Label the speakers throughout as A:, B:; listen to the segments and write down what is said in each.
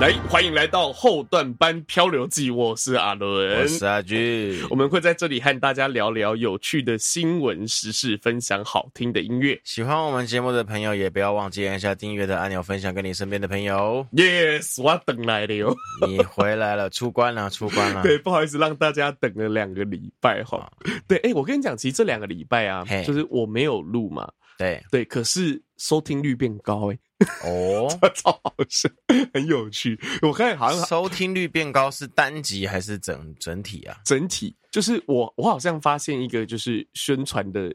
A: 来，欢迎来到后段班漂流记，我是阿伦
B: 我。是阿俊，
A: 我们会在这里和大家聊聊有趣的新闻时事，分享好听的音乐。
B: 喜欢我们节目的朋友也不要忘记按下订阅的按钮，分享给你身边的朋友。
A: Yes，我等来了哟。
B: 你回来了，出关了，出关 了。
A: 对，不好意思，让大家等了两个礼拜哈。对，哎、我跟你讲，其实这两个礼拜啊
B: 嘿，
A: 就是我没有录嘛，
B: 对
A: 对，可是收听率变高、
B: 哦，
A: 哎，超好笑，很有趣。我看好像
B: 收听率变高是单集还是整整体啊？
A: 整体就是我，我好像发现一个就是宣传的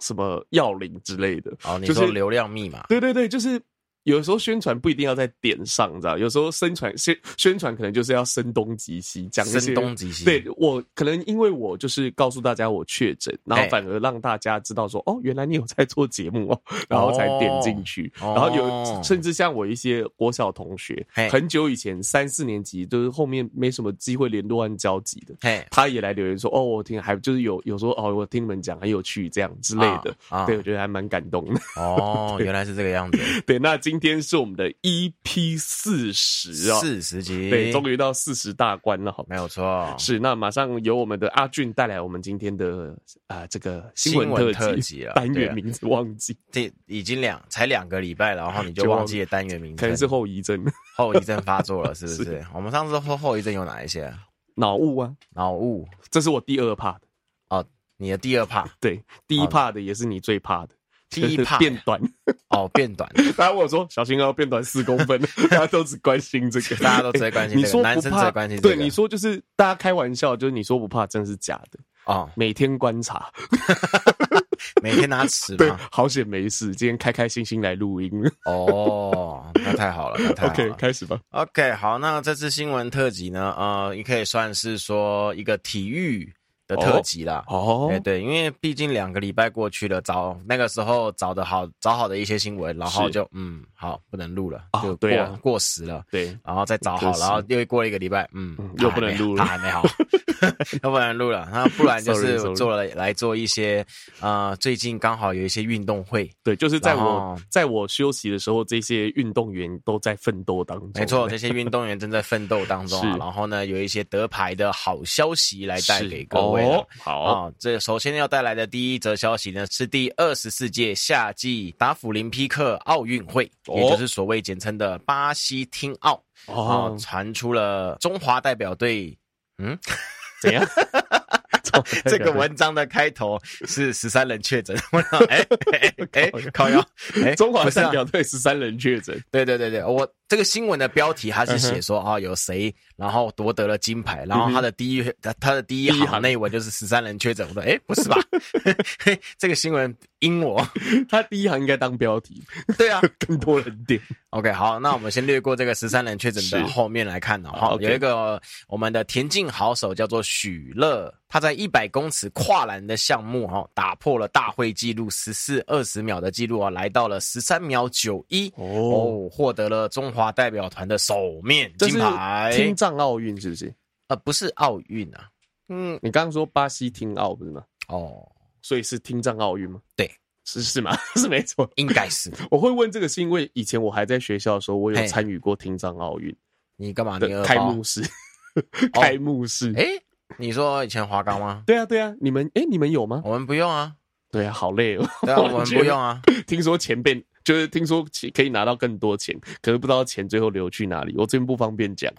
A: 什么要领之类的，
B: 哦，你
A: 就是
B: 说流量密码？
A: 对对对，就是有时候宣传不一定要在点上，你知道？有时候宣传宣宣传可能就是要声东击西，讲一些
B: 声东击西
A: 对我可能因为我就是告诉大家我确诊，然后
B: 哎
A: 反而让大家知道说哦，原来你有在做节目哦，然后才点进去。
B: 哦
A: 然后有甚至像我一些国小同学
B: 嘿，
A: 很久以前三四年级，就是后面没什么机会联络和交集的。
B: 嘿，
A: 他也来留言说：“哦，我听还就是有有时候哦，我听你们讲很有趣这样之类的，
B: 啊啊
A: 对我觉得还蛮感动的。”
B: 哦，原来是这个样子，
A: 对，那今天是我们的 EP 四十啊，
B: 四十集，
A: 对，终于到四十大关了，好
B: 没有错。
A: 是，那马上由我们的阿俊带来我们今天的啊、这个新
B: 新
A: 闻
B: 闻
A: 特
B: 特
A: 辑
B: 辑啊
A: 单
B: 对
A: 元
B: 啊
A: 名字忘记，
B: 这已经两才两个礼拜了，然后你就
A: 就忘
B: 忘记了单元名
A: 可
B: 称
A: 能，是后遗症，
B: 后遗症发作了，是 不是？我们上次后后遗症有哪一些啊？
A: 脑雾啊，
B: 脑雾
A: 这是我第二怕的，
B: 哦，你的第二 怕
A: 对，第一
B: 好
A: 怕的也是你最怕的。
B: 第
A: 就
B: 一
A: 是
B: 怕
A: 变短，
B: 哦，变短，
A: 大家问我说小心哦，变短四公 分，大家都只关心这个，
B: 大家都只会关心
A: 你
B: 这个
A: 说
B: 男
A: 不
B: 生只
A: 怕，
B: 会关心这
A: 对
B: 个
A: 你说就是大家开玩笑，就是你说不怕，真的是假的。
B: 哦，
A: 每天观察，
B: 每天拿尺
A: 对
B: 吗？，
A: 好险没事，今天开开心心来录音。
B: 哦，那太好了，那太好
A: OK，
B: 了。
A: 开始吧。
B: OK，好，那这次新闻特辑呢，呃，也可以算是说一个体育的特辑啦。
A: 哦
B: 哎、对，因为毕竟两个礼拜过去了，找那个时候找的好找好的一些新闻，然后
A: 是
B: 就嗯，好，不能录了，
A: 啊
B: 就过、
A: 对啊
B: 过时了。
A: 对，
B: 然后再找
A: 很
B: 好
A: 可，惜
B: 然后又过了一个礼拜，嗯
A: 嗯，
B: 他
A: 又
B: 还
A: 不能
B: 没
A: 录了
B: 他还 没好，又不能录了。那不然就
A: Sorry,
B: 是
A: sorry
B: 做了来做一些，呃，最近刚好有一些运动会，
A: 对，就是在
B: 然
A: 我
B: 后
A: 在我休息的时候，这些运动员都在奋斗当中。
B: 没错，这些运动员正在奋斗当中啊
A: 哦 是。
B: 然后呢，有一些得牌的好消息来带
A: 哎是
B: 给各位了
A: 哦。好，
B: 哦，这首先要带来的第一则消息呢，是第二十四届夏季达夫林匹克奥运会，
A: 哦
B: 也就是所谓简称的巴西听奥，哦
A: 哦，，
B: 传出了中华代表队
A: 怎样？
B: 这个文章的开头是十三人确诊，我想哎哎哎，靠腰，哎，
A: 中华
B: 不是
A: 代
B: 啊
A: 表队十三人确诊，
B: 对对对对，我这个新闻的标题
A: 嗯
B: 它是写说啊、有谁然后夺得了金牌，然后他的第一他他的第一
A: 第一行
B: 行内文就是十三人确诊，我说哎不 是吧， 这个新闻阴我，
A: 他第一行应该当标题，
B: 对啊。
A: 更多人点。
B: OK，好，那我们先略过这个十三人确诊的
A: 是
B: 后面来看哦。
A: 好
B: 好，
A: ，OK
B: 有一个我们的田径好手叫做许乐，他在一百公尺跨栏的项目哈、哦，打破了大会纪录十四二十秒的记录啊，来到了十三秒九一
A: 哦，
B: 哦，获得了中华代表团的首面
A: 这
B: 金
A: 是
B: 牌。
A: 听障奥运是不是？
B: 呃，不是奥运啊，嗯，
A: 你刚刚说巴西听奥不是吗？
B: 哦，
A: 所以是听障奥运吗？
B: 对，
A: 是是吗？ 是没错。
B: 应该是
A: 我会问这个是因为以前我还在学校的时候，我有
B: 嘿
A: 参与过听障奥运
B: 你干嘛？你
A: 的
B: 二
A: 开
B: 包
A: 幕？式， 开幕式。
B: 哎，你说以前华冈吗？
A: 对啊，对啊，你们哎，你们有吗？
B: 我们不 用啊，
A: 对啊，好累哦。
B: 对啊，我们不用啊。
A: 听说前辈就是听说其可以拿到更多钱，可是不知道钱最后流去哪里，我这边不方便 讲。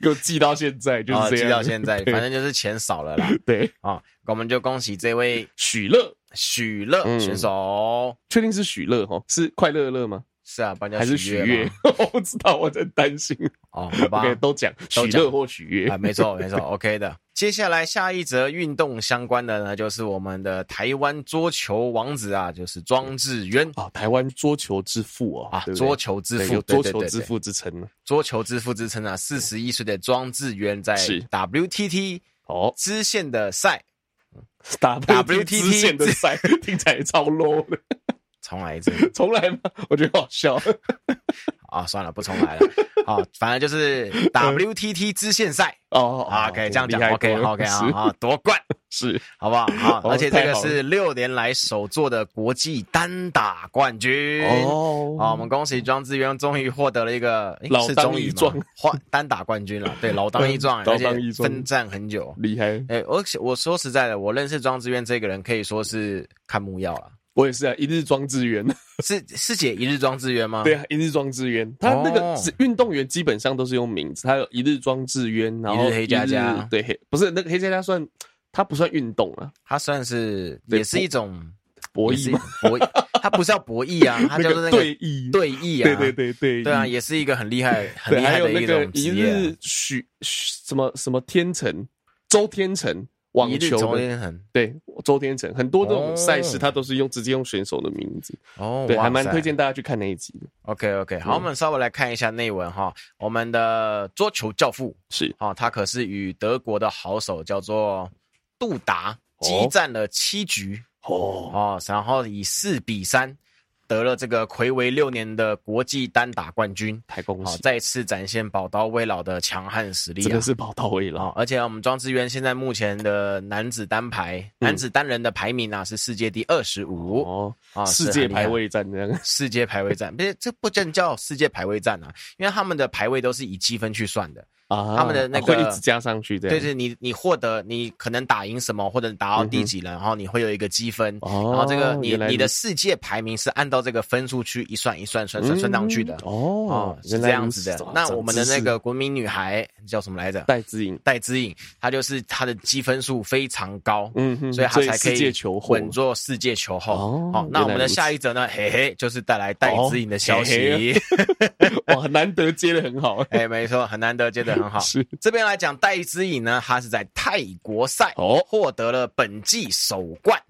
A: 给我记到现在就
B: 啊，
A: 是这样，
B: 记到现在，
A: 对
B: 反正就是钱 少了啦。
A: 对，
B: 啊、我们就恭喜这位
A: 许乐，
B: 许乐
A: 嗯
B: 选手。哦
A: 确定是许乐哈？是快乐乐吗？
B: 是啊，不然叫
A: 还是
B: 许
A: 许
B: 悦
A: 悦
B: 嘛？
A: 我不知道，我在担心。
B: 哦，好吧，
A: OK，都讲
B: 都
A: 许
B: 讲
A: 乐或许悦
B: 啊，没错没 错，OK 的。接下来下一则运动相关的呢，就是我们的台湾桌球王子啊，就是庄智渊
A: 啊，台湾桌球之父哦
B: 啊
A: 对，不对
B: 桌球之
A: 对
B: 父，
A: 有
B: 对
A: 桌
B: 对
A: 球
B: 对
A: 之
B: 对
A: 父之称呢。
B: 桌球之父之称啊，四十一岁的庄智渊在
A: 是
B: WTT
A: 哦
B: 支线的赛，
A: 打
B: WTT
A: 支线的赛听起来也超 low 的，
B: 重来一次。
A: 从来吗？我觉得好笑。
B: 啊，算了，不重来了。啊，反正就是
A: 嗯
B: WTT 支线赛
A: 哦
B: 啊，可以这样讲
A: 厉害
B: ，OK
A: 多了
B: OK 啊
A: 是
B: 啊，夺冠
A: 是
B: 好 不好？啊，
A: 哦
B: 而且这
A: 太
B: 个
A: 好了
B: 是六年来首座的国际单打冠军。
A: 哦
B: 嗯好，我们恭喜庄智渊终于获得了一个诶
A: 老
B: 是
A: 当
B: 终
A: 益
B: 于吗
A: 壮，
B: 换单打冠军了。 对，老当益
A: 嗯
B: 壮，而
A: 老
B: 且
A: 当益壮
B: 奋战很久。
A: 厉害，
B: 哎，我我说实在的，我认识庄智渊这个人，可以说是看木曜了。
A: 我也是啊，一日装资源，
B: 嗯是是姐一日庄智渊吗？
A: 对啊，一日装资源，他那个
B: 哦
A: 是运动员基本上都是用名字，他有一日装资源，然后
B: 一日黑加加
A: 一日对，黑不是那个黑加加算，他不算运动啊，
B: 他算是
A: 对
B: 也是一种
A: 博
B: 也是
A: 弈
B: 一
A: 嘛
B: 种，博弈，他不是叫博 弈啊，他叫做那个
A: 对弈，
B: 对弈啊，
A: 对对对对，
B: 对啊，也是一个很厉害、很
A: 对，
B: 厉
A: 还
B: 害
A: 有
B: 的
A: 那
B: 一
A: 个
B: 种
A: 一
B: 职业啊。
A: 日许许什么什么天成，周天成网
B: 一日
A: 球
B: 周
A: 的，
B: 天恒
A: 对，周天成很多这种赛事，
B: 哦
A: 他都是用直接用选手的名字，
B: 哦，
A: 对，
B: 哇
A: 还蛮
B: 塞
A: 推荐大嗯家去看那一集的。
B: OK OK，好，我们稍微来看一下内文哈。我们的桌球教父
A: 是
B: 哦，他可是与德国的好手叫做杜达
A: 哦
B: 激战了七局
A: 哦，
B: 哦，然后以四比三得了这个魁违六年的国际单打冠军。
A: 太恭
B: 好，
A: 喜，
B: 再次展现宝刀未老的强悍实力
A: 真
B: 啊
A: 的！是宝刀未老
B: 哦，而且我们庄智渊现在目前的男子单排、男子单人的排名啊是世界第二十五
A: 嗯哦，
B: 啊，
A: 世
B: 是很
A: 界
B: 厉害
A: 排。位战 这样。
B: 世界排位战，不是这不正叫世界排位战啊，因为他们的排位都是以积分去算的。
A: 啊，
B: 他们的那个
A: 会一直加上去这样，
B: 对，就是你你获得你可能打赢什么，或者打到第几人，然后你会有一个积分，
A: 嗯哦
B: 然后这个你
A: 原来
B: 你的
A: 如此
B: 世界排名是按照这个分数去一算一算算算算上去的。
A: 哦
B: 哦，，是
A: 原
B: 这
A: 来
B: 样
A: 如
B: 子
A: 此
B: 的
A: 哇。
B: 那
A: 长
B: 我们的
A: 知
B: 那
A: 识
B: 个国民女孩叫什么来着？
A: 戴资 颖，
B: 戴资颖，她就是她的积分数非常高，
A: 嗯哼，
B: 所以她才可
A: 世
B: 以
A: 界球后
B: 稳坐世界球后。
A: 哦
B: 好、那我们
A: 原来
B: 的
A: 如此
B: 下一则呢，嘿嘿，就是带来戴资颖的消息。
A: 哦嘿哇，很难得接的很好，
B: 哎，没错，很难得，接得很 好。
A: 是
B: 这边来讲，戴资颖呢，她是在泰国赛
A: 哦
B: 获得了本季首冠啊、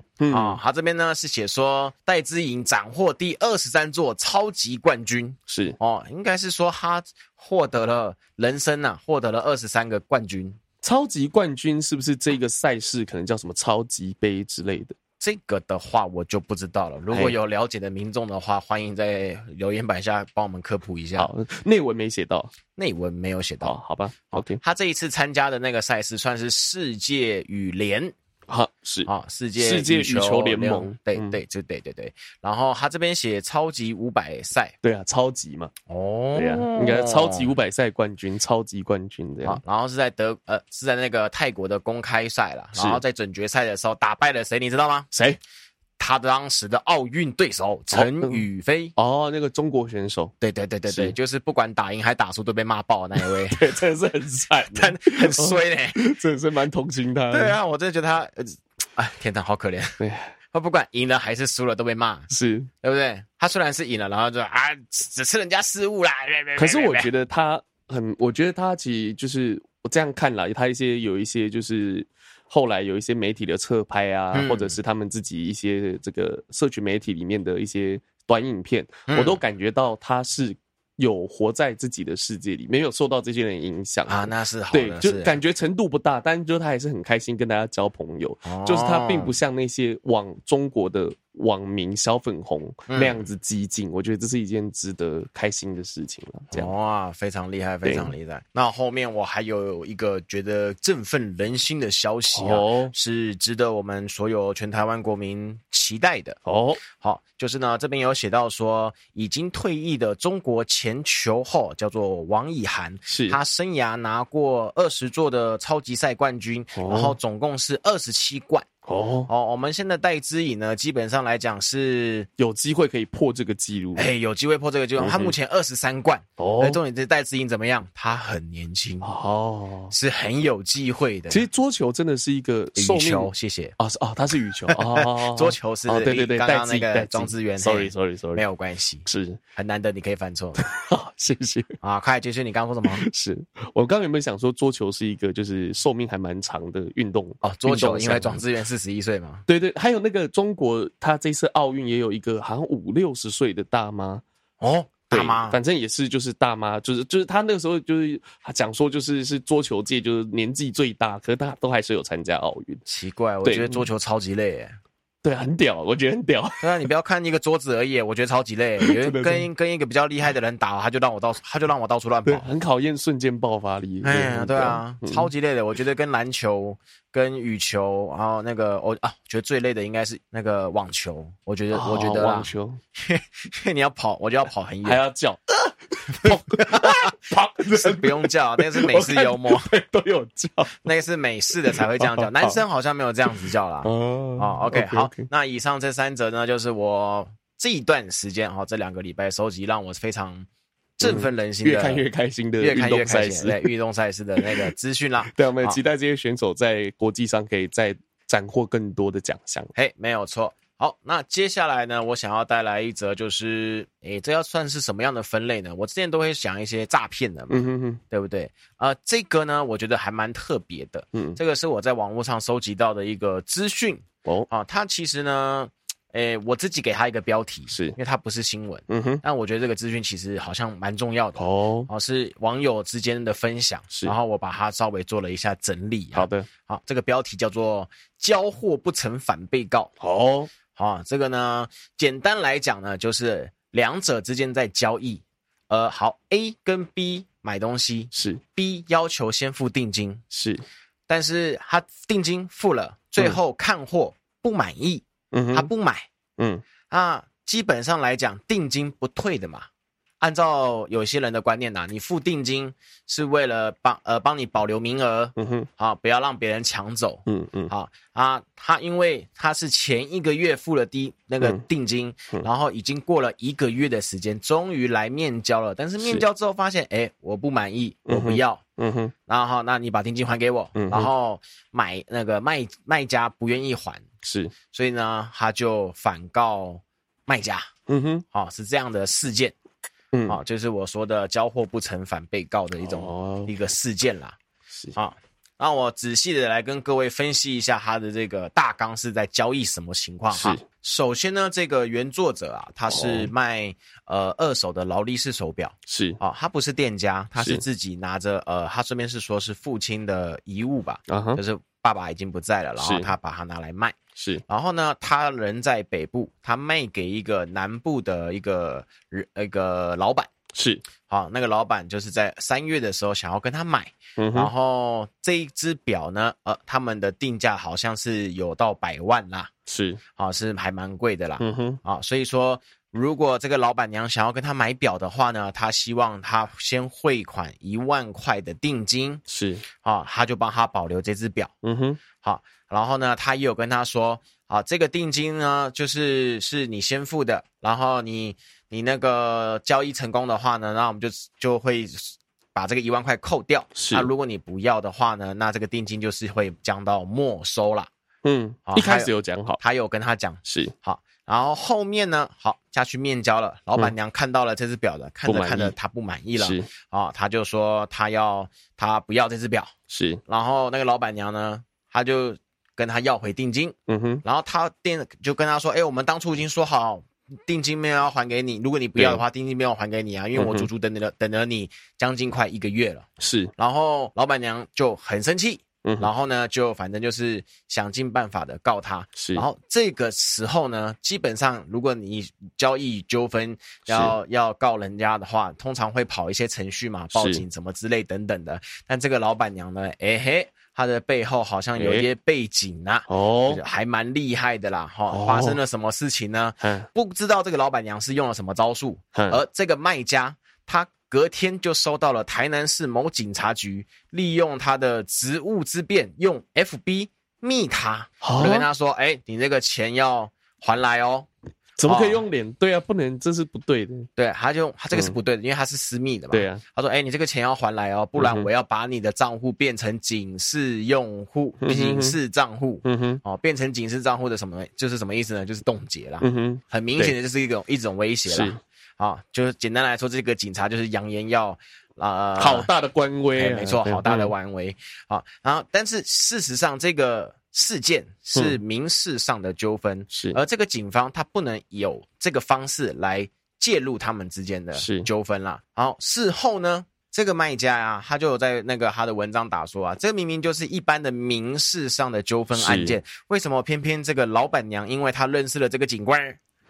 A: 嗯
B: 她这边呢是写说，戴资颖斩获第二十三座超级冠军
A: 是
B: 哦，应该是说她获得了人生呐、获得了二十三个冠军。
A: 超级冠军是不是这个赛事可能叫什么超级杯之类的？
B: 这个的话我就不知道
A: 哎
B: 了。如果有了解的民众的话，欢迎在留言板下帮我们科普一下。
A: 好，内文没写到，
B: 内文没有写
A: 好，
B: 到，
A: 好吧，OK，
B: 他这一次参加的那个赛事算是世界羽联
A: 好是
B: 啊，世界
A: 世界
B: 羽
A: 羽球联盟
B: 对
A: 嗯
B: 对，就对对对。然后他这边写超级五百赛
A: 对啊，超级嘛，
B: 哦
A: 对啊，应该超级五百赛冠军，超级冠军这
B: 啊
A: 样，，
B: 然后是在德呃是在那个泰国的公开赛了，然后
A: 是
B: 在准决赛的时候打败了谁，你知道吗？
A: 谁？
B: 他当时的奥运对手陈
A: 嗯
B: 雨菲。
A: 哦，那个中国选手，
B: 对对对对对，
A: 是，
B: 就是不管打赢还打输都被骂爆的那一位
A: 对， 真的是很惨， 哦
B: 但很衰嘞、
A: 真的是蛮同情他的。
B: 对，啊，我真的觉得他，呃哎，天哪，好可怜。
A: 嗯 对，
B: 他不管赢了还是输了都被骂，
A: 是。
B: 对不对？他虽然是赢了，然后就啊，只只是人家失误啦。
A: 可是我
B: 得
A: 觉得他很，我觉得他其实就是我这样看来，他一些有一些就是后来有一些媒体的侧拍啊，
B: 嗯
A: 或者是他们自己一些这个社群媒体里面的一些短影片，我
B: 嗯
A: 都感觉到他是有活在自己的世界里，没有受到这些人影响
B: 啊，。那是好
A: 对，
B: 的，
A: 就是感觉程度不大，但就是他还是很开心跟大家交朋友，
B: 哦
A: 就是他并不
B: 是
A: 像那些网中国的网民小粉红
B: 嗯
A: 那样子激进，我觉得这是一件值得开心的事情了。这样，
B: 哇，非常厉害，非常厉害。那后面我还有一个觉得振奋人心的消息啊，
A: 哦
B: 是值得我们所有全台湾国民期待的。
A: 哦，
B: 好，就是呢，这边有写到说，已经退役的中国前球后叫做王以涵，
A: 是
B: 他生涯拿过二十座的超级赛冠军，
A: 哦
B: 然后总共是二十七冠。
A: 哦，
B: 哦，我们现在戴资颖呢，基本上来讲是，
A: 有机会可以破这个记录
B: 哎，有机会破这个记录。
A: 嗯哼
B: 他目前二十三冠，
A: 哦
B: 哎，重点是戴资颖怎么样？他很年轻，
A: 哦。
B: 是很有机会的。
A: 其实桌球真的是一个寿
B: 羽
A: 命
B: 球，谢谢。
A: 啊，是哦，它是羽 球哦，
B: 桌球是
A: 哦，对对对，
B: 刚
A: 戴
B: 刚
A: 资
B: 那
A: 颖
B: 个
A: 戴
B: 庄智渊嘿
A: ，sorry sorry sorry，
B: 没有关系，
A: 是，
B: 很难得你可以犯 错
A: 好，谢谢，
B: 啊！快继续，你刚刚说什么？
A: 是我刚刚有没有想说桌球是一个就是寿命还蛮长的运动
B: 哦，桌球因为
A: 装
B: 庄智渊四十一岁嘛，
A: 对对，还有那个中国，他这次奥运也有一个好像五六十岁的大妈，
B: 哦，
A: 对
B: 大妈，
A: 反正也是就是大妈，就是就是她那个时候就是她讲说就是是桌球界就是年纪最大，可是她都还是有参加奥运。
B: 奇怪，我
A: 对嗯
B: 觉得桌球超级累耶，
A: 对，很屌，我觉得很屌。
B: 对啊，你不要看一个桌子而已，我觉得超级 累。有人
A: 真的
B: 跟跟一个比较厉害的人打，他就让我到他就让我到处乱跑
A: 对，。很考验瞬间爆发力。
B: 哎呀，对啊，
A: 很屌嗯
B: 超级累的。我觉得跟篮球、跟羽球，然后那个我啊，觉得最累的应该是那个网球。我觉得，我觉得
A: 哦
B: 啦
A: 网，球
B: 因 为你要跑，我就要跑很
A: 还
B: 远，
A: 要 叫，砰砰，
B: 是不用叫，那个是美式 幽默，
A: 对，都有叫。
B: 那个是美式的才会这样 叫，
A: 好
B: 男生好像没有这样子叫啦。
A: 哦
B: 哦，OK，好
A: OK，OK，
B: 那以上这三则呢，就是我这一段时间哈、哦，这两个礼拜收集让我非常振奋人心的，
A: 越看越开心的
B: 越
A: 运
B: 看越
A: 动
B: 开
A: 赛
B: 心，
A: 事。
B: 对运动赛 事的那个资讯啦。
A: 对，我们也
B: 好
A: 期待这些选手在国际上可以再斩获更多的奖项。
B: 嘿，没有错。好，那接下来呢，我想要带来一则，就是，诶，这要算是什么样的分类呢？我之前都会想一些诈骗的嘛，
A: 嗯哼哼，
B: 对不对？啊、这个呢，我觉得还蛮特别的。
A: 嗯，
B: 这个是我在网络上收集到的一个资讯
A: 哦，
B: 啊，它其实呢，诶，我自己给它一个标题，
A: 是
B: 因为它不是新闻，
A: 嗯哼，
B: 但我觉得这个资讯其实好像蛮重要的。
A: 哦，
B: 哦，是网友之间的分享，
A: 是
B: 然后我把它稍微做了一下整理、啊。
A: 好，的，
B: 好，这个标题叫做“交货不成反被告”。
A: 哦，
B: 好、这个呢，简单来讲呢，就是两者之间在交易。呃，好，A 跟 B 买东西
A: 是
B: ，B 要求先付定金，
A: 是，
B: 但是他定金付了，最
A: 嗯
B: 后看货不满意，
A: 嗯
B: 他
A: 哼，
B: 不买。
A: 嗯，
B: 那基本上来讲，定金不退的嘛。按照有些人的观念呐、你付定金是为了帮呃帮你保留名额，
A: 嗯哼，
B: 啊，不要让别人抢走。
A: 嗯嗯，
B: 好啊，他因为他是前一个月付了第那个
A: 嗯
B: 定金，
A: 嗯
B: 然后已经过了一个月的时间，终于来面交了。但是面
A: 是
B: 交之后发现，哎，我不满意，我
A: 嗯
B: 不
A: 哼
B: 要。
A: 嗯哼，
B: 然后，那你把定金还给我，
A: 嗯哼
B: 然后买那个卖卖家不愿意还，
A: 是，
B: 所以呢，他就反告卖家。
A: 嗯哼，
B: 哦，是这样的事件，
A: 嗯，
B: 哦，就是我说的交货不成反被告的一种、
A: 哦
B: 一个事件啦。
A: 是，
B: 啊。那我仔细的来跟各位分析一下它的这个大纲是在交易什么情况哈
A: 是。
B: 首先呢，这个原作者啊，他是
A: 哦
B: 卖、呃二手的劳力士手表
A: 是，
B: 啊，他不是店家，他是
A: 是
B: 自己拿着呃，他这边是说是父亲的遗物吧，
A: 啊哈
B: 就，是爸爸已经不在了，然后
A: 是
B: 他把它拿来卖。
A: 是，
B: 然后呢，他人在北部，他卖给一个南部的一个人一个老板。
A: 是，
B: 好，那个老板就是在三月的时候想要跟他买，
A: 嗯
B: 然
A: 哼，
B: 后这一只表呢，呃，他们的定价好像是有到百万啦，
A: 是，
B: 啊，是还蛮贵的啦，
A: 嗯哼，
B: 啊，所以说如果这个老板娘想要跟他买表的话呢，他希望他先汇款一万块的定金，
A: 是，
B: 啊，他就帮他保留这只表，
A: 嗯哼，
B: 好、然后呢，他也有跟他说，啊，这个定金呢，就是是你先付的，然后你你那个交易成功的话呢，那我们就就会把这个一万块扣掉。
A: 是
B: 那如果你不要的话呢，那这个定金就是会降到没收啦。
A: 嗯
B: 好，
A: 一开
B: 还
A: 始有讲好，
B: 他有跟他讲，
A: 是，
B: 好，然后后面呢，好下去面交了，老板娘看到了这只表的，看
A: 不
B: 着
A: 满意
B: 看着她不满意了，
A: 是，
B: 啊，他就说他要他不要这只表，
A: 是，
B: 然后那个老板娘呢，她就跟他要回定金。
A: 嗯哼，
B: 然后他店就跟他说：“哎、我们当初已经说好，定金没有要还给你，如果你不要的话，定金没有还给你啊，因为我
A: 嗯哼
B: 足足等你了、等了你将近快一个月了。”
A: 是，
B: 然后老板娘就很生气，
A: 嗯哼，
B: 然后呢，就反正就是想尽办法的告他。
A: 是，
B: 然后这个时候呢，基本上如果你交易纠纷要要告人家的话，通常会跑一些程序嘛，报
A: 是
B: 警什么之类等等的。但这个老板娘呢，哎嘿，她的背后好像
A: 哎
B: 有一些背景啊呐、
A: 哦
B: 就是，还蛮厉害的啦，哈、
A: 哦
B: 发生了什么事情呢？
A: 哼，
B: 不知道这个老板娘是用了什么招数，
A: 哼，
B: 而这个卖家他隔天就收到了台南市某警察局利用他的职务之便，用 FB 密他，
A: 好
B: 我就跟他说：“哎、你这个钱要还来哦。
A: 怎么可以
B: 哦
A: 用脸？对啊，不能，这是不对的。”
B: 对，他就他这个是
A: 嗯
B: 不对的，因为他是私密的嘛。
A: 对啊，
B: 他说：“哎、你这个钱要还来哦，不
A: 嗯
B: 然
A: 哼
B: 我要把你的账户变成警示用户、
A: 嗯哼
B: 警示账户。
A: 嗯哼，
B: 哦，变成警示账户的什么，就是什么意思呢？就是冻结啦，
A: 嗯哼，
B: 很明显的就是一种一种威胁
A: 是
B: 啦。啊，就是简单来说，这个警察就是扬言要啊、呃
A: 好大的官
B: 哎
A: 威啊，
B: 没错，
A: 对
B: 好大的，玩为啊。然后，但是事实上，这个事件是民事上的纠纷
A: 嗯，是，
B: 而这个警方他不能有这个方式来介入他们之间的
A: 是
B: 纠纷啦。然后事后呢，这个卖家啊，他就有在那个他的文章打说啊，这明明就是一般的民事上的纠纷案件，为什么偏偏这个老板娘因为她认识了这个警官，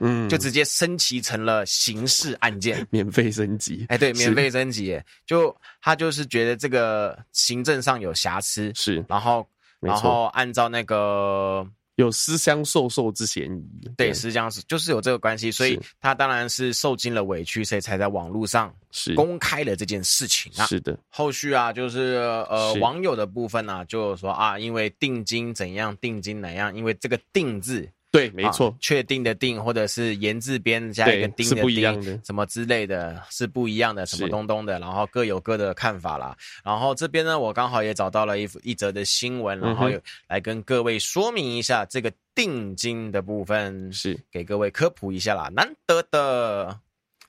A: 嗯，
B: 就直接升级成了刑事案件？
A: 免费升级，
B: 哎，对，
A: 是
B: 免费升级耶，就他就是觉得这个行政上有瑕疵，
A: 是
B: 然后
A: 没
B: 然
A: 错
B: 后按照那个
A: 有私相授受之嫌疑。
B: 对，实际上是就是有这个关系，所以
A: 是
B: 他当然是受尽了委屈，所以才在网络上
A: 是
B: 公开了这件事情啊。
A: 是的，
B: 后续啊，就是呃
A: 是
B: 网友的部分呢、啊，就说啊，因为定金怎样，定金哪样，因为这个“定”字，
A: 对，没
B: 啊
A: 错，
B: 确定的“定”或者是言字边加一个
A: 对
B: “丁”
A: 是
B: 的“
A: 不一样
B: 丁
A: 的”，
B: 什么之类的，是不一样的，什么
A: 是
B: 东东的，然后各有各的看法啦。然后这边呢，我刚好也找到了一幅一则的新闻，然后
A: 嗯哼
B: 有来跟各位说明一下这个定金的部分，
A: 是
B: 给各位科普一下啦，难得的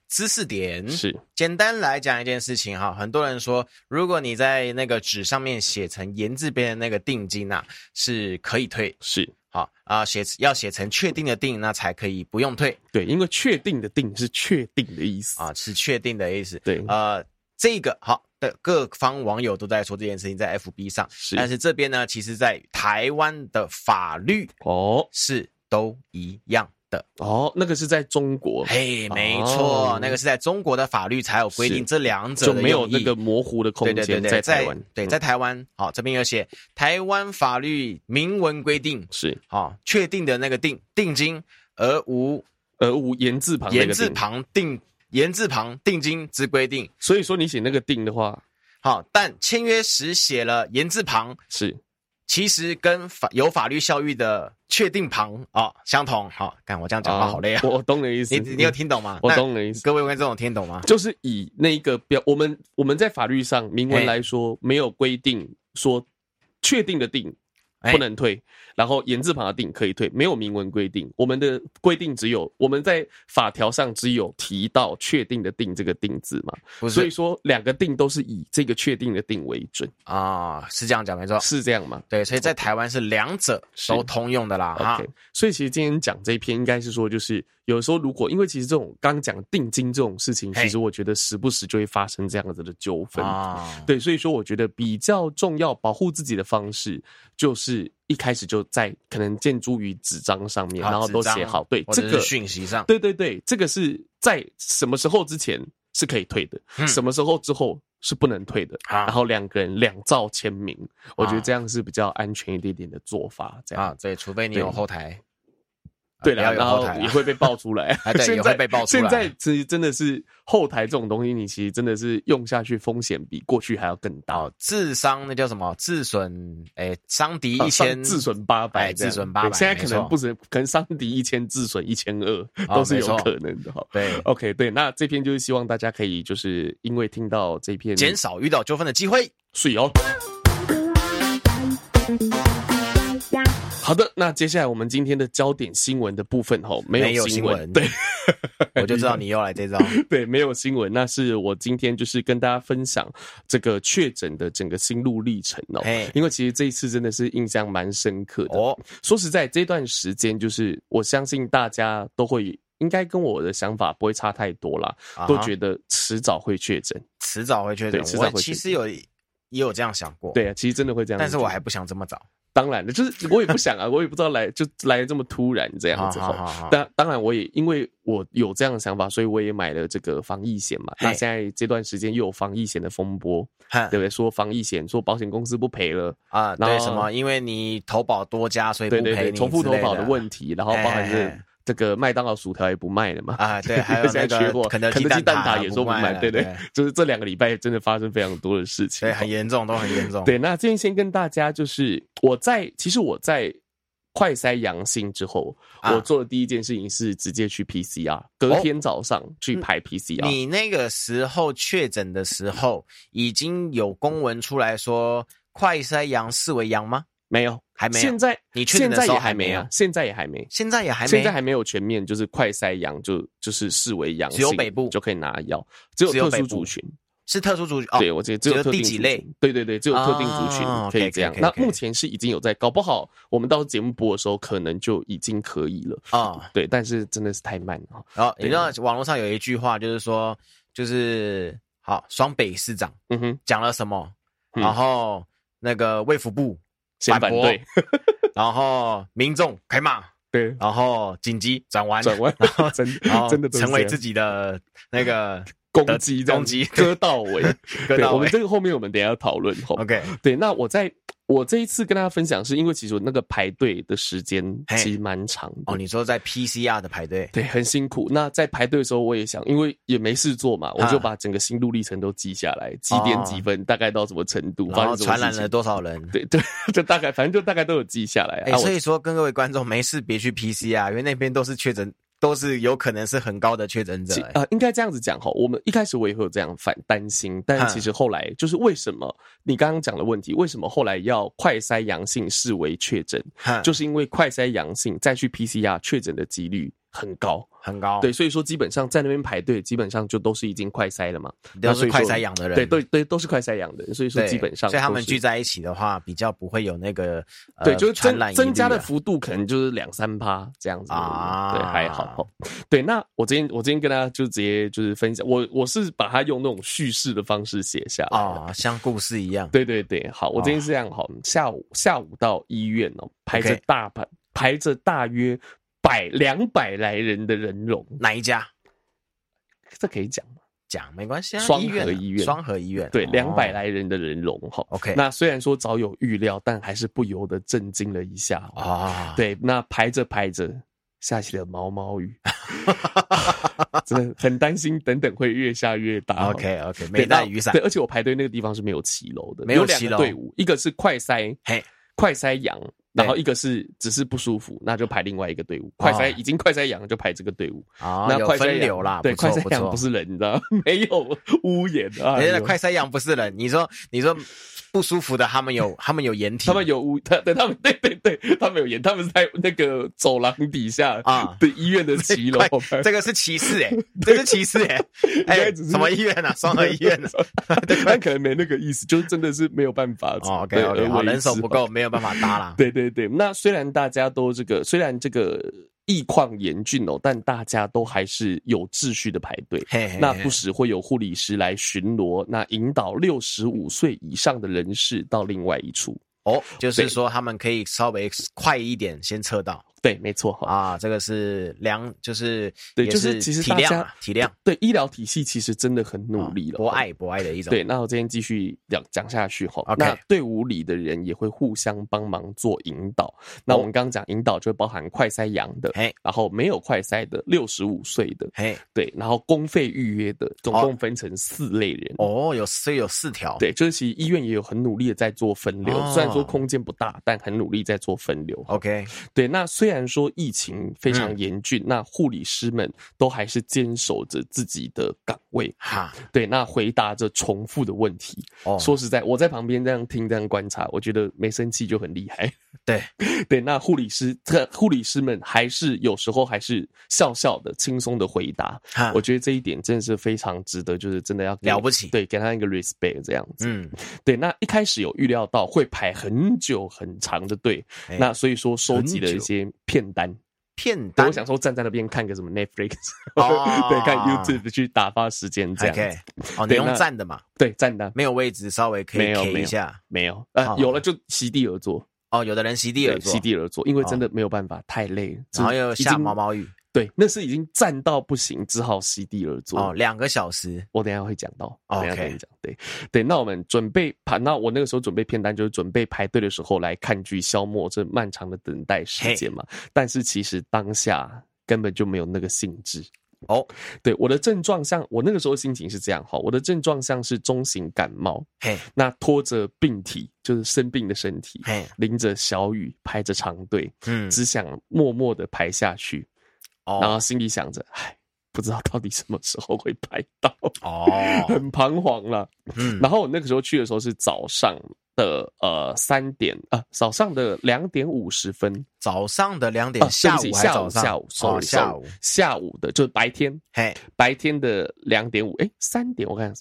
B: 知识点。
A: 是
B: 简单来讲一件事情哈，很多人说，如果你在那个纸上面写成言字边的那个定金啊，是可以退，
A: 是，
B: 好啊，写要写成确定的定，那才可以不用退
A: 对，因为确定的定是确定的意思，
B: 啊，是确定的意思。
A: 对，
B: 呃，这个好的各方网友都在说这件事情在 FB 上，
A: 是
B: 但是这边呢，其实在台湾的法律
A: 哦
B: 是都一样的。
A: 哦，那个是在中国，
B: 嘿，没错，
A: 哦
B: 那个是在中国的法律才有规定
A: 是
B: 这两者
A: 就
B: 的
A: 没有
B: 用意
A: 那个模糊的空
B: 对对对
A: 间
B: 对，
A: 台湾，
B: 对，
A: 嗯
B: 在台湾，好、这边有写台湾法律明文规定，
A: 是
B: 好、确定的那个定定金，而无
A: 而无呃言字旁那个
B: 言字
A: 定，
B: 旁定言字旁定金之规定，
A: 所以说你写那个定的话
B: 好、但签约时写了言字旁，
A: 是
B: 其实跟法有法律效益的确定旁啊、哦、相同，好、看我这样讲话好累啊，
A: 哦我我懂你的意思，嗯
B: 你你有听懂吗？
A: 我
B: 那
A: 懂你的意思。
B: 各位观众有听懂吗？
A: 就是以那个标，我们我们在法律上明
B: 哎
A: 文来说，没有规定说确定的定
B: 哎
A: 不能退，然后言字旁的定可以退，没有明文规定。我们的规定只有我们在法条上只有提到确定的定这个定字嘛，
B: 不
A: 所以
B: 是
A: 说两个定都是以这个确定的定为准，
B: 啊、是这样讲没错，
A: 是这样吗？
B: 对，所以在台湾是两者
A: 是
B: 都通用的啦，哈
A: OK，所以啊其实今天讲这一篇，应该是说，就是有时候如果因为其实这种刚讲定金这种事情，
B: 嘿
A: 其实我觉得时不时就会发生这样子的纠纷
B: 啊
A: 对，所以说我觉得比较重要保护自己的方式，就是一开始就在可能建筑于纸张上面，
B: 啊
A: 然后都
B: 纸张
A: 写好。对，
B: 或
A: 这
B: 者是
A: 个
B: 讯息上，
A: 对对对，这个是在什么时候之前是可以退的，
B: 嗯
A: 什么时候之后是不能退的。
B: 啊
A: 然后两个人两造签名，我觉
B: 啊
A: 得这样是比较安全一点点的做法。这样
B: 啊，对，除非你有后台，
A: 对
B: 了，
A: 啦，然
B: 不要有后
A: 后
B: 台
A: 也
B: 啊，
A: 会被爆出来
B: 哎。对
A: 现
B: 也
A: 在
B: 会被爆出来
A: 现在其实真的是后台这种东西，你其实真的是用下去风险比过去还要更大。
B: 哦，自伤那叫什么？自损，哎，伤敌一
A: 上
B: 千，
A: 自啊损八
B: 哎
A: 百这样，
B: 自损800
A: 对现在可
B: 没错
A: 能不止，可能伤敌一千，自损一千二，
B: 哦
A: 都是
B: 没
A: 有
B: 错
A: 可能的哈。
B: 对，
A: OK，对，那这篇就是希望大家可以就是因为听到这篇
B: 减少遇到纠纷的机会。
A: 水哦。好的，那接下来我们今天的焦点新闻的部分哈，
B: 没
A: 没
B: 有
A: 有
B: 新
A: 新
B: 闻
A: 闻，对
B: 我就知道你又 来这招，
A: 对，没有新闻，那是我今天就是跟大家分享这个确诊的整个心路历程哦
B: 嘿，
A: 因为其实这一次真的是印象蛮深刻的
B: 哎哦，
A: 说实在，这段时间就是我相信大家都会应该跟我的想法不会差太多啦，
B: 啊哈
A: 都觉得迟早会确诊。
B: 迟早会确诊
A: 对。迟早
B: 我
A: 会确诊
B: 其实有也有这样想过，，
A: 对啊，其实真的会这样。
B: 但是我还不想这么早。
A: 当然了，就是我也不想啊， 我也不知道来就来得这么突然这样子
B: 好
A: 哈。
B: 好好，
A: 当当然，我也因为我有这样的想法，所以我也买了这个防疫险嘛。
B: 嘿
A: 那现在这段时间又有防疫险的风波，
B: 哼
A: 对不对？说防疫险，说保险公司不赔了，
B: 啊，
A: 然
B: 对
A: 后
B: 什么？因为你投保多家，所以不
A: 对对
B: 赔
A: 对，
B: 你
A: 重复
B: 之
A: 投
B: 类
A: 保
B: 的
A: 的问题，然后包含
B: 嘿嘿嘿
A: 是这个麦当劳薯条也不卖了嘛。
B: 啊，对，还有 那
A: 现在缺
B: 个
A: 货，
B: 肯德
A: 德
B: 基
A: 基蛋
B: 挞
A: 也说
B: 不卖
A: 卖
B: 了，，
A: 对
B: 对
A: 对，就是这两个礼拜真的发生非常多的事情。
B: 对，很严重，都很严重。
A: 对，那这边先跟大家就是，我在其实我在快筛阳性之后，
B: 啊哦
A: 我做的第一件事情是直接去 PCR，隔天早上去排 PCR。
B: 嗯你那个时候确诊的时候，已经有公文出来说快筛阳视为阳吗？
A: 没有，
B: 还没有
A: 现在
B: 你确诊
A: 现
B: 的
A: 在
B: 时候
A: 也
B: 还
A: 还
B: 没
A: 没
B: 有
A: 啊，现在也还没。
B: 现在也还没，
A: 现在还没有全面，就是快筛阳就就是视为阳性，
B: 只有北部
A: 就可以拿药，只有
B: 只有
A: 特
B: 北
A: 殊
B: 部
A: 族群。
B: 是特殊族群哦。
A: 对，我觉得只
B: 只有
A: 有特
B: 第
A: 定
B: 几
A: 族
B: 类
A: 群，对对对，只有特定族群
B: 哦
A: 可以
B: OK，OK，OK，
A: 这样
B: OK，OK。
A: 那目前是已经有在，搞不好我们到节目播的时候，可能就已经可以了。
B: 哦，
A: 对，但是真的是太慢了。哦
B: 然后你
A: 对
B: 知道网络上有一句话，就是说，就是好，双北市长
A: 嗯哼，
B: 讲了什么，
A: 嗯
B: 然后那个卫福部，
A: 先
B: 反
A: 反
B: 驳
A: 对，
B: 然后民众开骂，
A: 对，
B: 然后紧急转弯，
A: 转弯
B: 然后，
A: 真
B: 然后
A: 真的都是
B: 哦成为
A: 这样
B: 自己的那 个
A: 攻击这样
B: 攻击
A: 割到尾，
B: 割
A: 对
B: 到
A: 我们
B: 尾。
A: 这个后面我们等一下要讨论吼。
B: OK，
A: 对，那我在我这一次跟大家分享，是因为其实我那个排队的时间
B: 嘿
A: 其实蛮长的
B: 哦，你说在 PCR 的排队，
A: 对，很辛苦。那在排队的时候，我也想，因为也没事做嘛，我
B: 啊
A: 就把整个心路历程都记下来，几点
B: 哦
A: 几分，大概到什么程度，
B: 然
A: 发
B: 后
A: 生什么
B: 传染
A: 事
B: 了
A: 情。
B: 多少人？
A: 对 对，就大概反正就大概都有记下来。
B: 哎、
A: 啊，我
B: 所以说跟各位观众没事别去 PCR，因为那边都是确诊，都是有可能是很高的确诊者、
A: 其
B: 哎
A: 呃，应该这样子讲哈。我们一开始我也会有这样反担心，但
B: 嗯
A: 其实后来就是为什么你刚刚讲的问题，为什么后来要快筛阳性视为确诊，
B: 哼
A: 就是因为快筛阳性再去 PCR 确诊的几率很高。
B: 很高，
A: 对，，所以说基本上在那边排队，基本上就都是已经快筛了嘛。
B: 都
A: 那所
B: 是
A: 以说
B: 快筛阳的人，
A: 对，对对，都是快筛阳的人，所以说
B: 对
A: 基本上
B: 所以他
A: 都
B: 们
A: 是
B: 聚在一起的话，比较不会有那个、呃、
A: 对，就是
B: 传
A: 增
B: 染疑虑
A: 增加的
B: 啊
A: 幅度可能就是两三趴这样子
B: 啊
A: 对，还好。吼对，那我今天我今天跟大家就直接就是分享，我我是把它用那种叙事的方式写下来的。
B: 啊、像故事一样，
A: 对对对，好，我今天是这样好，下午下午到医院哦，排着
B: OK
A: 大排排着大约百两百来人的人龙，
B: 哪一家
A: 这可以讲吗？
B: 讲没关系啊，
A: 双
B: 医院啊
A: 河医院
B: 双河医院，
A: 对，
B: 哦
A: 两百来人的人龙哈。
B: OK
A: 那虽然说早有预料，但还是不由得震惊了一下哦
B: 啊，
A: 对，那排着排着下起了毛毛 雨，真的很担心，等等会越下越大。哦
B: ，OK OK，
A: 对
B: 没带
A: 那
B: 雨伞
A: 对，，而且我排队那个地方是没有骑楼的，
B: 没有
A: 两
B: 骑
A: 个
B: 楼
A: 队伍，一个是快塞，
B: 嘿，
A: 快塞羊，然后一个是只是不舒服，那就排另外一个队伍。快塞已经快塞羊就排这个队伍，
B: 啊、
A: 那
B: 哦有
A: 快塞
B: 分
A: 羊
B: 流啦，
A: 对，
B: 错
A: 快塞
B: 不
A: 羊
B: 错，
A: 不是人，你知道吗， 没有屋檐啊，哎
B: 人家
A: 呦
B: 快筛阳不是人，你说你说不舒服的，他们有他们有掩体，
A: 他们有屋，他对他们对对对，他们有演，他们是在那个走廊底下
B: 啊
A: 的医院的骑楼
B: 快，
A: 排
B: 这个是歧视哎、这是 歧视哎、哎、
A: 该只是
B: 什么医院 啊？双河医院啊？
A: 但可能没那个意思，就是真的是没有办法。
B: 哦，OK OK，好，人手
A: 而
B: 不。
A: 为之
B: 够，没有办法搭 啦。
A: 对对对，那虽然大家都这个，虽然这个疫况严峻哦，但大家都还是有秩序的排队。
B: 嘿嘿嘿，
A: 那不时会有护理师来巡逻，那引导六十五岁以上的人士到另外一处。
B: 哦，就是
A: 对
B: 说他们可以稍微快一点先测到
A: 对，没错哈。
B: 啊，这个是良，就是
A: 哦对，
B: 也
A: 就是其实
B: 体
A: 大
B: 谅
A: 家
B: 啊体谅，
A: 对医疗体系其实真的很努力了，
B: 博爱博爱的一种。
A: 对，那我今天继续讲讲下去哈。
B: OK
A: 那队伍里的人也会互相帮忙做引导。那我们刚刚讲引导就会包含快筛阳的，
B: 哦嘿
A: 然后没有快筛的，六十五岁的，
B: 嘿，
A: 对，然后公费预约的，总共分成四类人。
B: 哦，有所以有四条，
A: 对，就是其实医院也有很努力的在做分流，
B: 哦
A: 虽然说空间不大，但很努力在做分流。
B: ，OK，
A: 对，那虽然说疫情非
B: 嗯
A: 常严峻，那护理师们都还是坚守着自己的岗位，
B: 哈，
A: 对，那回答着重复的问题。
B: 哦，
A: 说实在，我在旁边这样听、这样观察，我觉得没生气就很厉害。
B: 对，
A: 对，那护理师、这护理师们还是有时候还是笑笑的、轻松的回答。
B: 哈
A: 我，觉得这一点真的是非常值得，就是真的要给
B: 啊了不起
A: 对，给他一个 respect 这样子。
B: 嗯，
A: 对，那一开始有预料到会排很久很长的队，
B: 哎
A: 那所以说收集了
B: 很
A: 一
B: 久
A: 些片单。
B: 片
A: 对
B: 单
A: 我想说站在那边看个什么 Netflix，、
B: 哦
A: 对，看 YouTube 去打发时间这样子。
B: ，OK，哦，你
A: 对
B: 用
A: 那
B: 站的嘛，
A: 对，站单
B: 没有位置，稍微可
A: 没
B: 以
A: 有
B: K
A: 没
B: 一
A: 有
B: 下。
A: 没有，呃
B: 好，
A: 有了就席地而坐。
B: 哦，有的人席地而
A: 对，
B: 坐，
A: 席地而坐，因为真的没有办法，太累了。
B: 然后又
A: 已经
B: 下毛，毛雨，
A: 对，那是已经站到不行，只好席地而坐。
B: 哦，两个小时，
A: 我等一下会讲到，
B: 哦
A: 等一下
B: OK
A: 跟你讲。对对，那我们准备排，那我那个时候准备片单，就是准备排队的时候来看剧，消磨这漫长的等待时间嘛。但是其实当下根本就没有那个兴致。
B: 哦，
A: 对，我的症状像我那个时候心情是这样哈，我的症状像是中型感冒，
B: 嘿，
A: 那拖着病体，就是生病的身体，
B: 嘿，
A: 淋着小雨，排着长队，
B: 嗯，
A: 只想默默的排下去，然
B: 哦，
A: 后心里想着，唉，不知道到底什么时候会排到，
B: 哦，
A: 很彷徨了。
B: 嗯，
A: 然后我那个时候去的时候是早上的呃三点啊、呃早上的两点五十分，
B: 早上的两点
A: 啊，，对
B: 下
A: 不
B: 午
A: 起，
B: 还
A: 下
B: 早
A: 午
B: 上，
A: 下午
B: 哦，
A: ，sorry，
B: 下
A: sorry，
B: 午，
A: 下午的，就是白天
B: 嘿，
A: 白天的两点五，哎，三点我看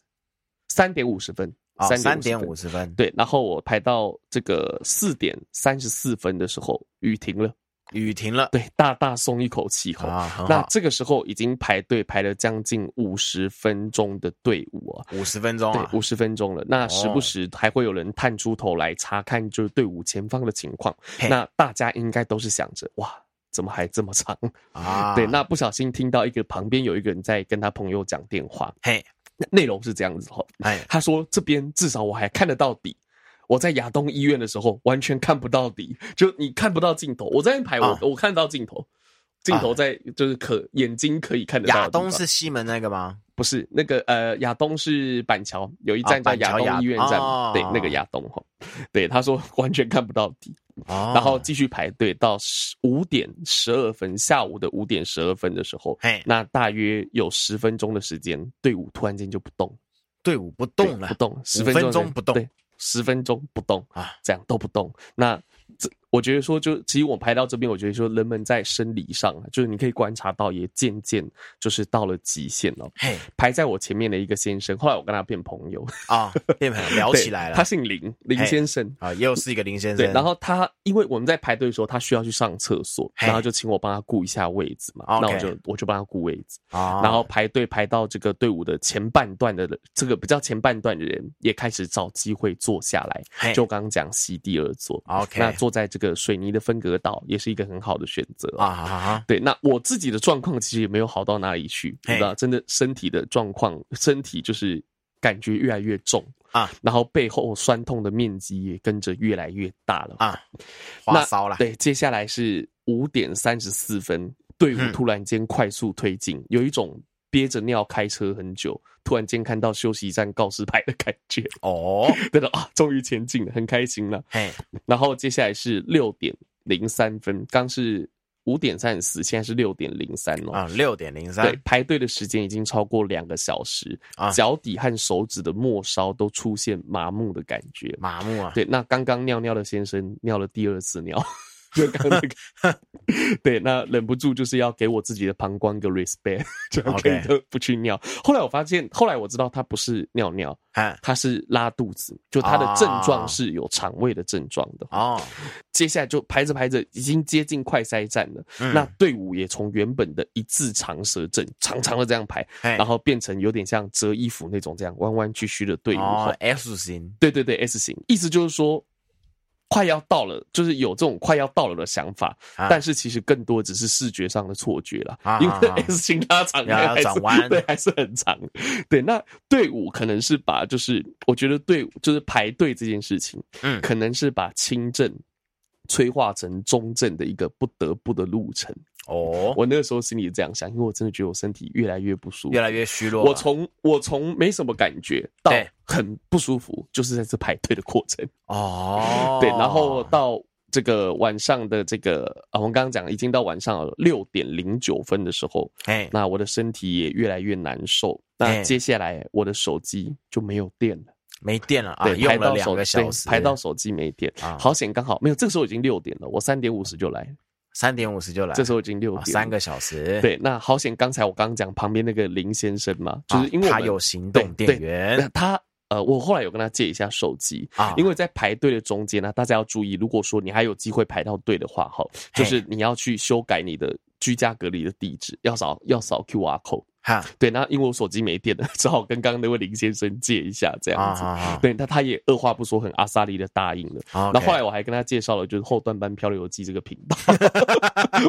A: 三点五十分，
B: 哦，三点
A: 分
B: 五十分，
A: 对，然后我排到这个四点三十四分的时候，雨停了。
B: 雨停了
A: 对，大大松一口气吼。
B: 啊，很
A: 那
B: 好，
A: 这个时候已经排队排了将近五十分钟的队伍啊，
B: 五十分钟啊哦
A: 对，，五十分钟了。那时不时还会有人探出头来查看，就是队伍前方的情况。
B: 嘿
A: 那大家应该都是想着，哇，怎么还这么长？
B: 啊，
A: 对，那不小心听到一个旁边有一个人在跟他朋友讲电话，
B: 嘿，
A: 那内容是这样子哦哈，
B: 哎，
A: 他说这边至少我还看得到底。我在亚东医院的时候完全看不到底，就你看不到镜头。我在那边排我，
B: 啊
A: 我看到镜头，镜头在就是可眼睛可以看得到的
B: 亚
A: 地方。
B: 东是西门那个吗？
A: 不是那个呃，亚东是板桥有一
B: 哦
A: 站叫
B: 板
A: 亚
B: 桥亚
A: 东医院站嘛，
B: 哦
A: 对，那个亚东哈，对，他说 完全看不到底，
B: 哦，
A: 然后继续排队到五点十二分，下午的五点十二分的时候
B: 嘿，
A: 那大约有十分钟的时间，队伍突然间就不动，
B: 队伍不
A: 对
B: 动了
A: 不，动，十
B: 分
A: 分钟的
B: 钟
A: 时间
B: 不动
A: 对，十分钟不动
B: 啊
A: 啊，这样都不动，那这。我觉得说就，其实我排到这边，我觉得说，人们在生理上啊，就是你可以观察到，也渐渐就是到了极限了。
B: 嘿，
A: 排在我前面的一个先生，后来我跟他变朋友，
B: 啊，变朋友聊起来
A: 对
B: 了
A: 他，姓林，林
B: 嘿
A: 先生。
B: 啊，又是一个林先
A: 对
B: 生，，
A: 然后他因为我们在排队的时候，他需要去上厕所，
B: 嘿
A: 然后就请我帮他顾一下位置嘛。
B: OK
A: 那我就我就帮他顾位置，
B: 啊，
A: 然后排队排到这个队伍的前半段的人这个比较前半段的人也开始找机会坐下
B: 嘿
A: 来，就刚刚讲席地而坐。
B: 哎啊 OK
A: 那坐在这个水泥的分隔岛也是一个很好的选择
B: 啊啊啊，
A: 对，那我自己的状况其实也没有好到哪里去，
B: 嘿
A: 你知道，真的身体的状况，身体就是感觉越来越重
B: 啊，
A: 然后背后酸痛的面积也跟着越来越大了
B: 啊
A: 那
B: 花烧了，
A: 对，接下来是五点三十四分，队
B: 嗯
A: 伍突然间快速推进，有一种憋着尿开车很久，突然间看到休息站告示牌的感觉，
B: 哦，
A: 对的啊，终于前进了，很开心了。
B: 嘿，
A: 然后接下来是六点零三分，刚是五点三十四，现在是六点零三哦。
B: 啊，六点零三
A: 对，排队的时间已经超过两个小时
B: 啊，
A: 脚底和手指的末梢都出现麻木的感觉。
B: 麻木啊，
A: 对，那刚刚尿尿的先生尿了第二次 尿，就刚那个，对，那忍不住就是要给我自己的膀胱一个 respect，就 要
B: OK
A: 跟着不去尿。后来我发现，后来我知道他不是尿尿，
B: 哎，
A: 他是拉肚子，就他的症
B: 啊
A: 状是有肠胃的症状的。
B: 哦，
A: 接下来就排着排着，已经接近快筛站了。
B: 嗯
A: 那队伍也从原本的一字长蛇阵，长长的这样排，
B: 嘿
A: 然后变成有点像折衣服那种这样弯弯曲曲的队伍。
B: 哦 S 型，
A: 对对对，S 型，意思就是说快要到了，就是有这种快要到了的想法，
B: 啊
A: 但是其实更多只是视觉上的错觉啦，
B: 啊
A: 因为
B: 啊啊
A: S 型拉长
B: 要要
A: 还是
B: 转弯
A: 对，还是很长。对，那队伍可能是把就是我觉得队伍就是排队这件事情，
B: 嗯
A: 可能是把轻症。催化成中症的一个不得不的路程。
B: 哦，
A: 我那个时候心里是这样想，因为我真的觉得我身体越来越不舒服，
B: 越来越虚弱了，
A: 我从我从没什么感觉到
B: 啊对
A: 很不舒服，就是在这排队的过程。
B: 哦，
A: 对，然后到这个晚上的这个啊，我们刚刚讲已经到晚上六点零九分的时候，
B: 嘿，
A: 那我的身体也越来越难受。那
B: 哎
A: 接下来我的手机就没有电了，
B: 没电了啊，
A: 对，排
B: 用了
A: 到
B: 两
A: 手
B: 个
A: 对
B: 小时，
A: 排到手机没电
B: 啊，
A: 好险刚好没有，这个时候已经六点了，我三点五十就来了，
B: 三点五十就来，
A: 这时候已经六
B: 哦
A: 点了
B: 三个小时，，
A: 对，那好险刚才我刚刚讲旁边那个林先生嘛，就是因为我
B: 啊他
A: 们
B: 有行动
A: 对
B: 电
A: 对
B: 源
A: 那他呃，我后来有跟他借一下手机，
B: 啊，
A: 因
B: 为
A: 为在排队的中间呢、大家要注意，如果说你还有机会排到队的话，哈，
B: 嘿
A: 就是你要去修改你的居家隔离的地址，要扫要扫 QR code。
B: 哈
A: 对，那因为我手机没电了， 只好跟刚刚那位林先生借一下这
B: 啊
A: 样子。
B: 啊
A: 对，那他也二话不说，很阿萨利的答应了。
B: 啊，
A: 然后后
B: 来
A: 来我还跟他介绍了，就是后段班漂流记这个频道，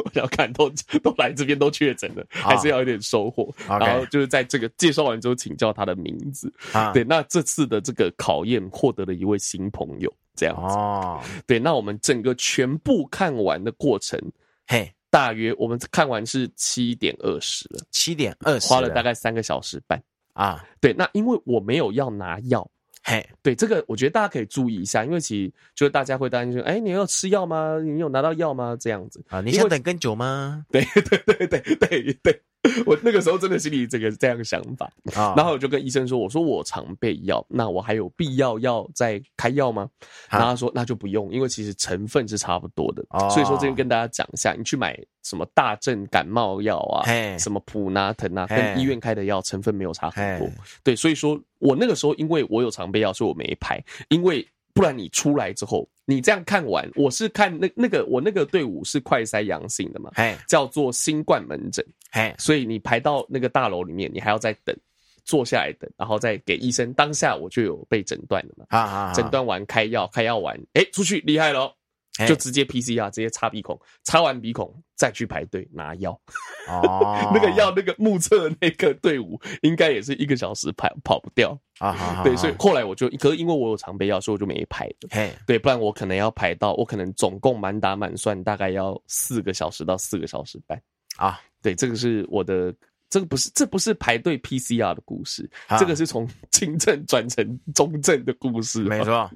A: 我想看都都来这边都确诊了，还是要有点收获。
B: 啊 OK
A: 然后就是在这个介绍完之后，请教他的名字。
B: 啊
A: 对，那这次的这个考验获得了一位新朋友，这样子。
B: 哦，
A: 对，那我们整个全部看完的过程，
B: 嘿，
A: 大约我们看完是七点二十了，
B: 七点二十
A: 花了大概三个小时半。
B: 啊，
A: 对，那因为我没有要拿药，
B: 嘿，
A: 对这个，我觉得大家可以注意一下，因为其实就是大家会担心，哎，你有吃药吗？你有拿到药吗？这样子，
B: 啊，你
A: 因为
B: 想等更久吗？
A: 对对对对对对，我那个时候真的心里这个这样想法，
B: 啊，
A: 然后我就跟医生说，我说我常备药，那我还有必要要再开药吗？
B: 啊
A: 然后他说那就不用，因为其实成分是差不多的，
B: 哦
A: 所以说这边跟大家讲一下，你去买什么大正感冒药啊
B: 嘿，
A: 什么普拿疼啊，
B: 嘿
A: 跟医院开的药成分没有差很多
B: 嘿。
A: 对，所以说我那个时候因为我有常备药，所以我没排，因为不然你出来之后你这样看完，我是看那那个我那个队伍是快筛阳性的嘛，
B: 嘿，
A: 叫做新冠门诊，
B: 嘿，
A: 所以你排到那个大楼里面，你还要再等，坐下来等，然后再给医生。当下我就有被诊断了嘛，
B: 啊啊，
A: 诊断完开药，开药完，哎，出去厉害咯，
B: 嘿
A: 就直接 PCR，直接插鼻孔，插完鼻孔再去排队拿药。
B: 哦
A: ，那个要那个目测的那个队伍，应该也是一个小时排跑不掉。
B: 啊，好好
A: 对，
B: 好
A: 所以后来我就，可是因为我有常备药，所以我就没排。
B: 嘿，
A: 对，不然我可能要排到，我可能总共满打满算大概要四个小时到四个小时半。
B: 啊，
A: 对，这个是我的，这个不是，这不是排队 PCR 的故事，
B: 啊
A: 这个是从 轻症转成中症的故事、
B: 没。错，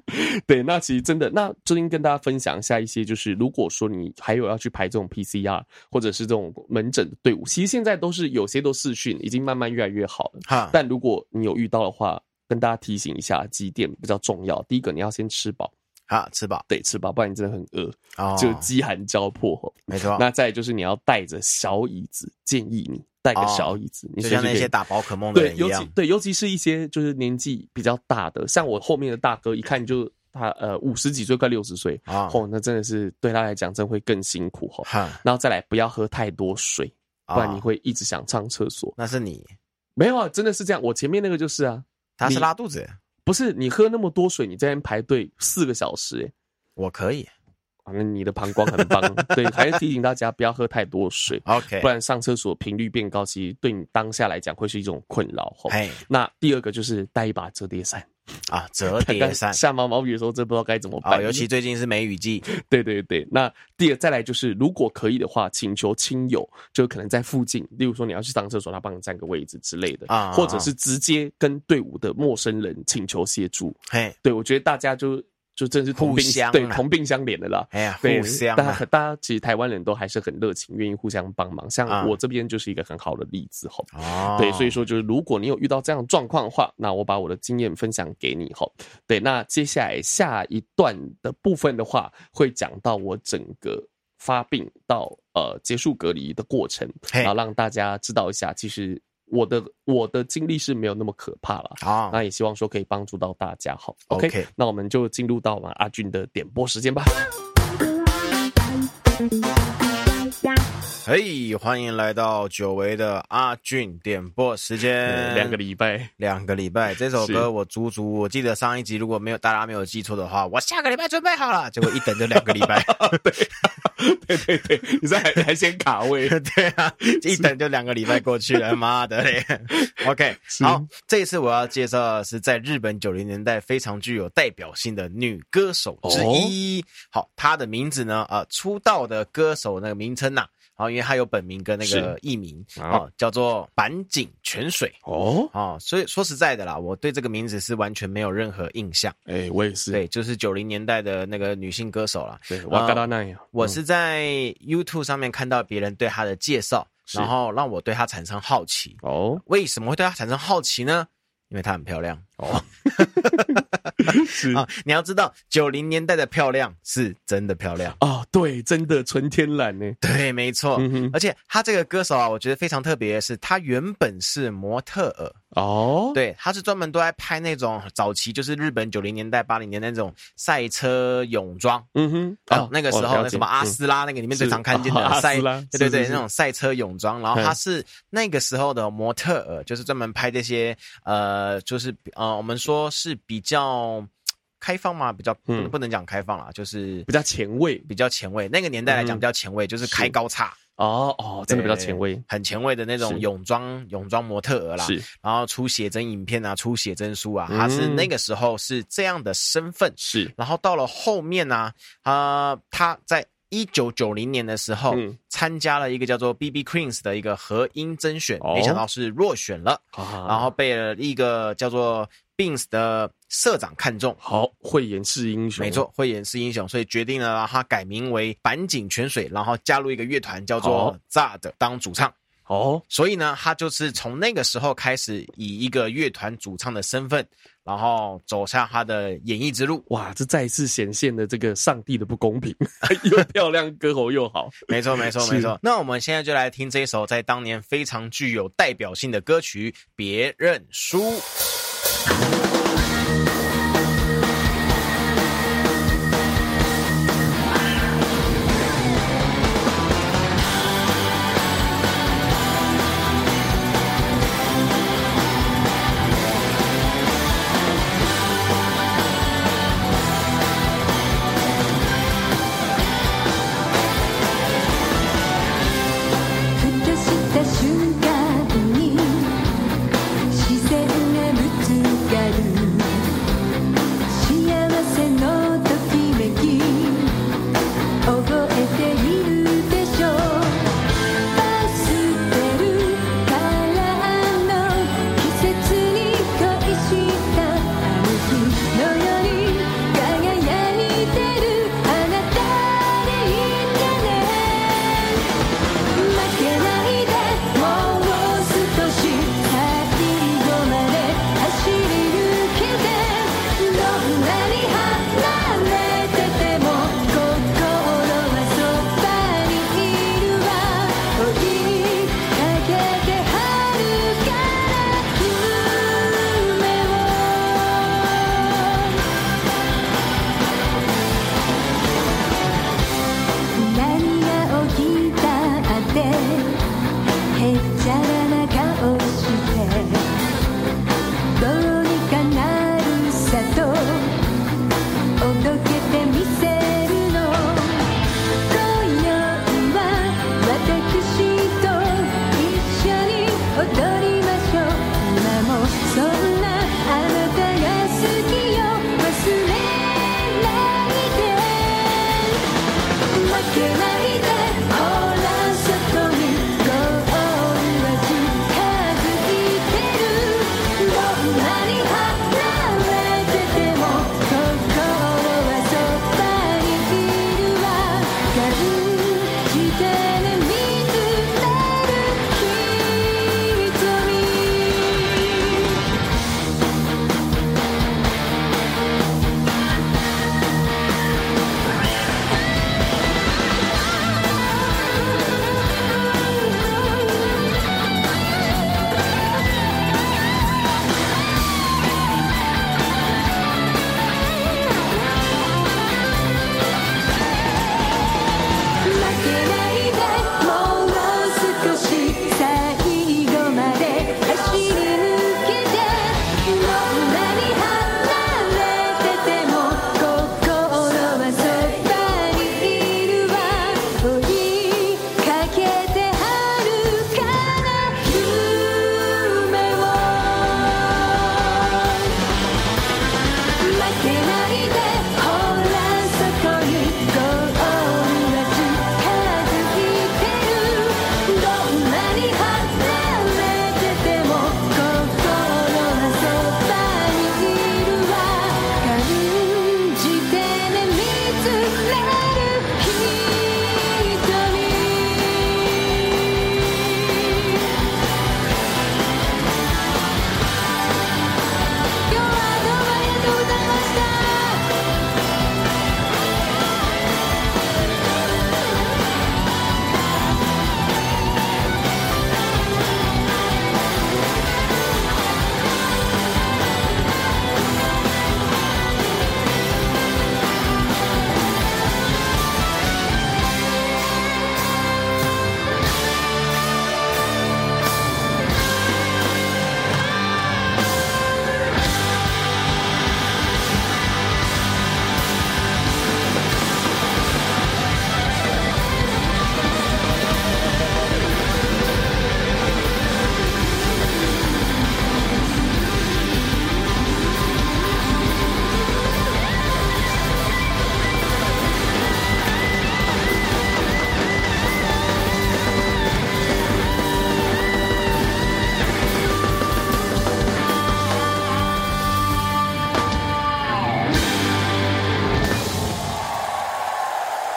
A: 对，那其实真的，那最近跟大家分享一下一些，就是如果说你还有要去排这种 PCR 或者是这种门诊的队伍，其实现在都是有些都视讯，已经慢慢越来越好了。
B: 哈，
A: 但如果你有遇到的话，跟大家提醒一下几点比较重要。第一个，你要先吃饱，
B: 好，啊吃饱，
A: 得吃饱，不然你真的很饿，
B: 哦，
A: 就饥寒交迫吼。
B: 没错，
A: 那再来就是你要带着小椅子，建议你带个
B: 哦
A: 小椅子，你随
B: 就
A: 时
B: 像那
A: 可以
B: 些打宝可梦的
A: 对，
B: 人一
A: 尤其
B: 样，
A: 对，尤其是一些就是年纪比较大的，像我后面的大哥，一看就他呃五十几岁，快六十岁，
B: 啊，
A: 哦，那真的是对他来讲，真会更辛苦哦。
B: 哈，
A: 然后再来，不要喝太多水，
B: 啊
A: 不然你，会一直想上厕所。
B: 那是你，
A: 没有啊，真的是这样。我前面那个就是啊，
B: 他是
A: 你
B: 拉肚子，
A: 不是你喝那么多水，你在那边排队四个小时、欸，
B: 我可以
A: 啊，那你的膀胱很 棒。对，还是提醒大家不要喝太多水，
B: ，OK，
A: 不然上厕所频率变高，其实对你当下来讲会是一种困扰哦。
B: 嘿，
A: 那第二个就是带一把折叠伞。
B: 啊，折叠伞，
A: 下毛毛雨的时候，真不知道该怎么
B: 哦，
A: 办。
B: 尤其最近是梅雨季，
A: 对对对，那第二再来就是，如果可以的话，请求亲友，就可能在附近，例如说你要去上厕所，他帮你占个位置之类的，
B: 啊
A: 或者是直接跟队伍的陌生人请求协助。
B: 嘿，
A: 对我觉得大家就就真是同病
B: 互相啊
A: 对同病相怜的啦。
B: 哎呀，
A: 对
B: 互相
A: 大
B: 啊
A: 家，大家其实台湾人都还是很热情，愿意互相帮忙。
B: 啊
A: 像我这边就是一个很好的例子吼。
B: 哦，
A: 对，所以说就是如果你有遇到这样的状况的话，那我把我的经验分享给你吼。对，那接下来下一段的部分的话，会讲到我整个发病到呃结束隔离的过程，
B: 嘿
A: 然后让大家知道一下，其实我的我的经历是没有那么可怕了。
B: 好，
A: 那也希望说可以帮助到大家好
B: 哦 OK
A: ，OK，, 那我们就进入到我们阿俊的点播时间吧。
B: 嘿，欢迎来到久违的阿俊点播时间，
A: 嗯两个礼拜，
B: 两个礼拜， 这首
A: 是
B: 歌我足足，我记得上一集如果没有大家没有记错的话，我下个礼拜准备好了，结果一等就两个礼拜，
A: 对对对，你在还还先卡位，
B: 对啊，一等就两个礼拜过去了，妈的 嘞！OK，
A: 是
B: 好，这一次我要介绍的是在日本九零年代非常具有代表性的女歌手之
A: 哦
B: 一。好，她的名字呢，呃，出道的歌手那个名称呐、好，因为她有本名跟那个
A: 是啊
B: 艺名
A: 好
B: 哦，叫做板井泉水。
A: 哦，
B: 哦，所以说实在的啦，我对这个名字是完全没有任何印象。
A: 哎、我也是，
B: 对，就是九零年代的那个女性歌手啦。
A: 对，我嘎到那样，嗯
B: 我是在 YouTube 上面看到别人对她的介绍，
A: 是
B: 然后让我对她产生好奇。
A: 哦
B: 为什么会对她产生好奇呢？因为她很漂亮
A: 哦，是
B: 啊！你要知道，九零年代的漂亮是真的漂亮，
A: 啊，对，真的纯天然呢。
B: 对，没错。
A: 嗯哼，
B: 而且她这个歌手啊，我觉得非常特别的是，她原本是模特儿，
A: 哦，
B: 对，他是专门都在拍那种早期，就是日本九零年代、八零年代那种赛车泳装。
A: 嗯哼，
B: 哦，那个时候那什么阿
A: 斯
B: 斯拉那个里面最
A: 嗯是
B: 常看见
A: 啊
B: 的
A: 阿
B: 赛，
A: 斯拉
B: 对对
A: 是
B: 对，
A: 是是
B: 那种赛车泳装。然后
A: 嗯
B: 他是那个时候的模特儿，就是专门拍这些呃，就是呃，我们说是比较开放嘛，比较不
A: 嗯
B: 不能讲开放啦，就是
A: 比较前卫
B: 比较前卫。那个年代来讲
A: 嗯
B: 比较前卫，就是
A: 是
B: 开高叉，
A: 哦哦，真的比较前卫
B: 对，很前卫的那种
A: 是
B: 泳装泳装模特儿啦。
A: 是
B: 然后出写真影片啊，出写真书啊，
A: 嗯
B: 他是那个时候是这样的身份。
A: 是，
B: 然后到了后面呢、啊，呃，他在一九九零年的时候、
A: 嗯
B: 参加了一个叫做 B B Queens 的一个合音甄选，
A: 哦
B: 没想到是落选了，然
A: 然
B: 后被了一个叫做 Beans 的社长看中。
A: 好慧眼识英雄，
B: 没错，慧眼识英雄，所以决定了让他改名为板井泉水，然后加入一个乐团叫做
A: 哦
B: Zard 当主唱。
A: 哦，
B: 所以呢，他就是从那个时候开始，以一个乐团主唱的身份，然后走上他的演艺之路。
A: 哇，这再一次显现了这个上帝的不公平， 又漂亮，歌喉又好，
B: 没错，没错，
A: 是
B: 没错。那我们现在就来听这一首在当年非常具有代表性的歌曲《别认输》。
C: 「別れた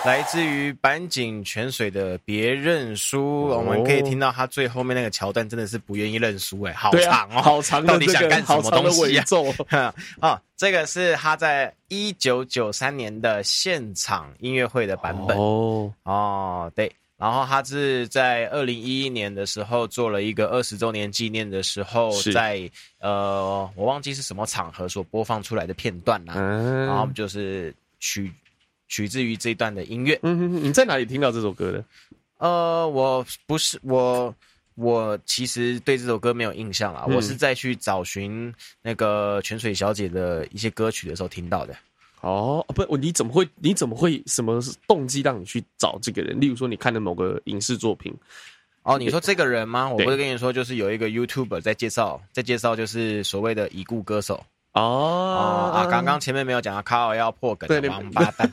B: 来自于坂井泉水的《别认输》
A: 哦
B: 我们可以听到他最后面那个桥段真的是不愿意认输，哎，好
A: 对啊
B: 长哦，
A: 好长的
B: 到底
A: 这
B: 想
A: 个
B: 干什
A: 好
B: 么
A: 长
B: 东
A: 的
B: 西
A: 尾
B: 呀、
A: 奏，
B: 啊？哦，这个是他在一九九三年的现场音乐会的版本哦
A: 哦，
B: 对。然后他是在二零一一年的时候做了一个二十周年纪念的时候
A: 是，
B: 在呃我忘记是什么场合所播放出来的片段啦、
A: 嗯，
B: 然后我们就是取取自于这一段的音乐。
A: 嗯哼哼，你在哪里听到这首歌的？
B: 呃，我不是我，我其实对这首歌没有印象啦。
A: 嗯
B: 我是在去找寻那个泉水小姐的一些歌曲的时候听到的。
A: 哦，不，我你怎么会？你怎么会？什么动机让你去找这个人？例如说，你看的某个影视作品，
B: 哦，你说这个人吗？我
A: 对
B: 不是跟你说，就是有一个 YouTuber 在介绍，在介绍就是所谓的已故歌手啊、
A: 哦
B: 啊！刚刚前面没有讲到，卡尔要破梗
A: 对你
B: 的王八 蛋。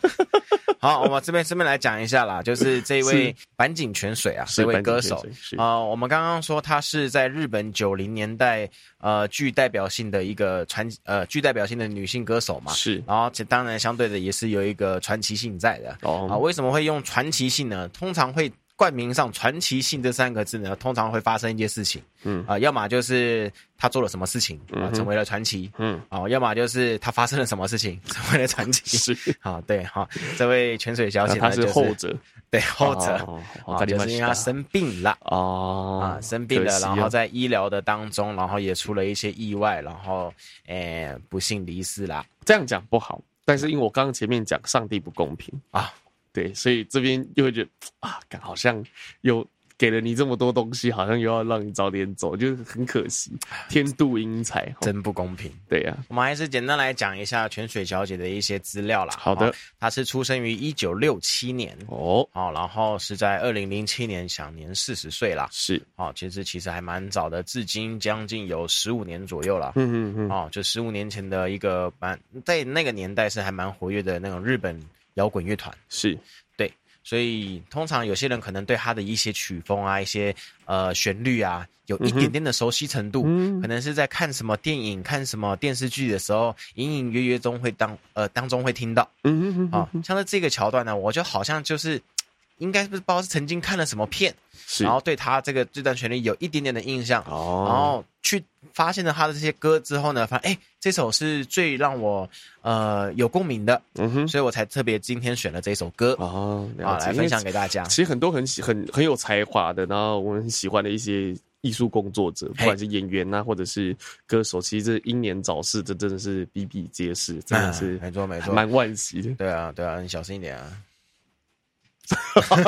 B: 好，我们这边这边来讲一下啦，就是这位坂井泉水啊，
A: 是
B: 这位
A: 坂井
B: 歌
A: 泉
B: 手
A: 水，是
B: 啊、我们刚刚说她是在日本九零年代呃具代表性的一个传呃具代表性的女性歌手嘛，
A: 是
B: 然后这当然相对的也是有一个传奇性在的啊、
A: 哦，
B: 为什么会用传奇性呢？通常会冠名上传奇性这三个字呢，通常会发生一件事情，
A: 嗯
B: 啊、要么就是她做了什么事情啊、
A: 嗯哼
B: 成为了传奇。
A: 嗯，
B: 哦，要么就是她发生了什么事情，成为了传 奇。
A: 是，
B: 好、对，好、这位泉水小姐呢，
A: 他
B: 就是
A: 后者，
B: 对后者，
A: 哦
B: 啊就是因为她生病了。
A: 哦
B: 啊，生病
A: 可
B: 了，
A: 惜
B: 然后
A: 哦
B: 在医疗的当中，然后也出了一些意外，然后诶不幸离世啦。
A: 这样讲不好，但是因为我刚刚前面讲上帝不公平
B: 啊，
A: 对，所以这边又会觉得啊，干好像又给了你这么多东西，好像又要让你早点走，就是很可惜，天妒英才，哦
B: 真不公平。
A: 对呀、
B: 我们还是简单来讲一下泉水小姐的一些资料啦。
A: 好的
B: 哦，她是出生于一九六七年，
A: 哦，
B: 哦，然后是在二零零七年享年四十岁啦。
A: 是，
B: 哦，其实其实还蛮早的，至今将近有十五年左右了。
A: 嗯嗯嗯，
B: 哦，就十五年前的一个蛮在那个年代是还蛮活跃的那种日本摇滚乐团。
A: 是，
B: 所以通常有些人可能对他的一些曲风啊、一些呃旋律啊，有一点点的熟悉程度，
A: 嗯
B: 可能是在看什么电影、看什么电视剧的时候，隐隐约约中会当呃当中会听到
A: 嗯嗯
B: 啊
A: 嗯，。
B: 像是这个桥段呢，我就好像就是。应该不是不知道是曾经看了什么片，
A: 是，
B: 然后对他这个这段旋律有一点点的印象，然
A: 哦，
B: 后去发现了他的这些歌之后呢，发现哎这首是最让我呃有共鸣的，
A: 嗯哼，
B: 所以我才特别今天选了这首歌
A: 哦，
B: 啊
A: 了解
B: 来分享。给大家
A: 因为。其实很多很喜很很有才华的，然后我们很喜欢的一些艺术工作者，不管是演员啊，或者是歌手，其实这英年早逝，这真的是比比皆是，真的是
B: 嗯没错没错，
A: 蛮惋惜的。
B: 对啊对啊，你小心一点啊。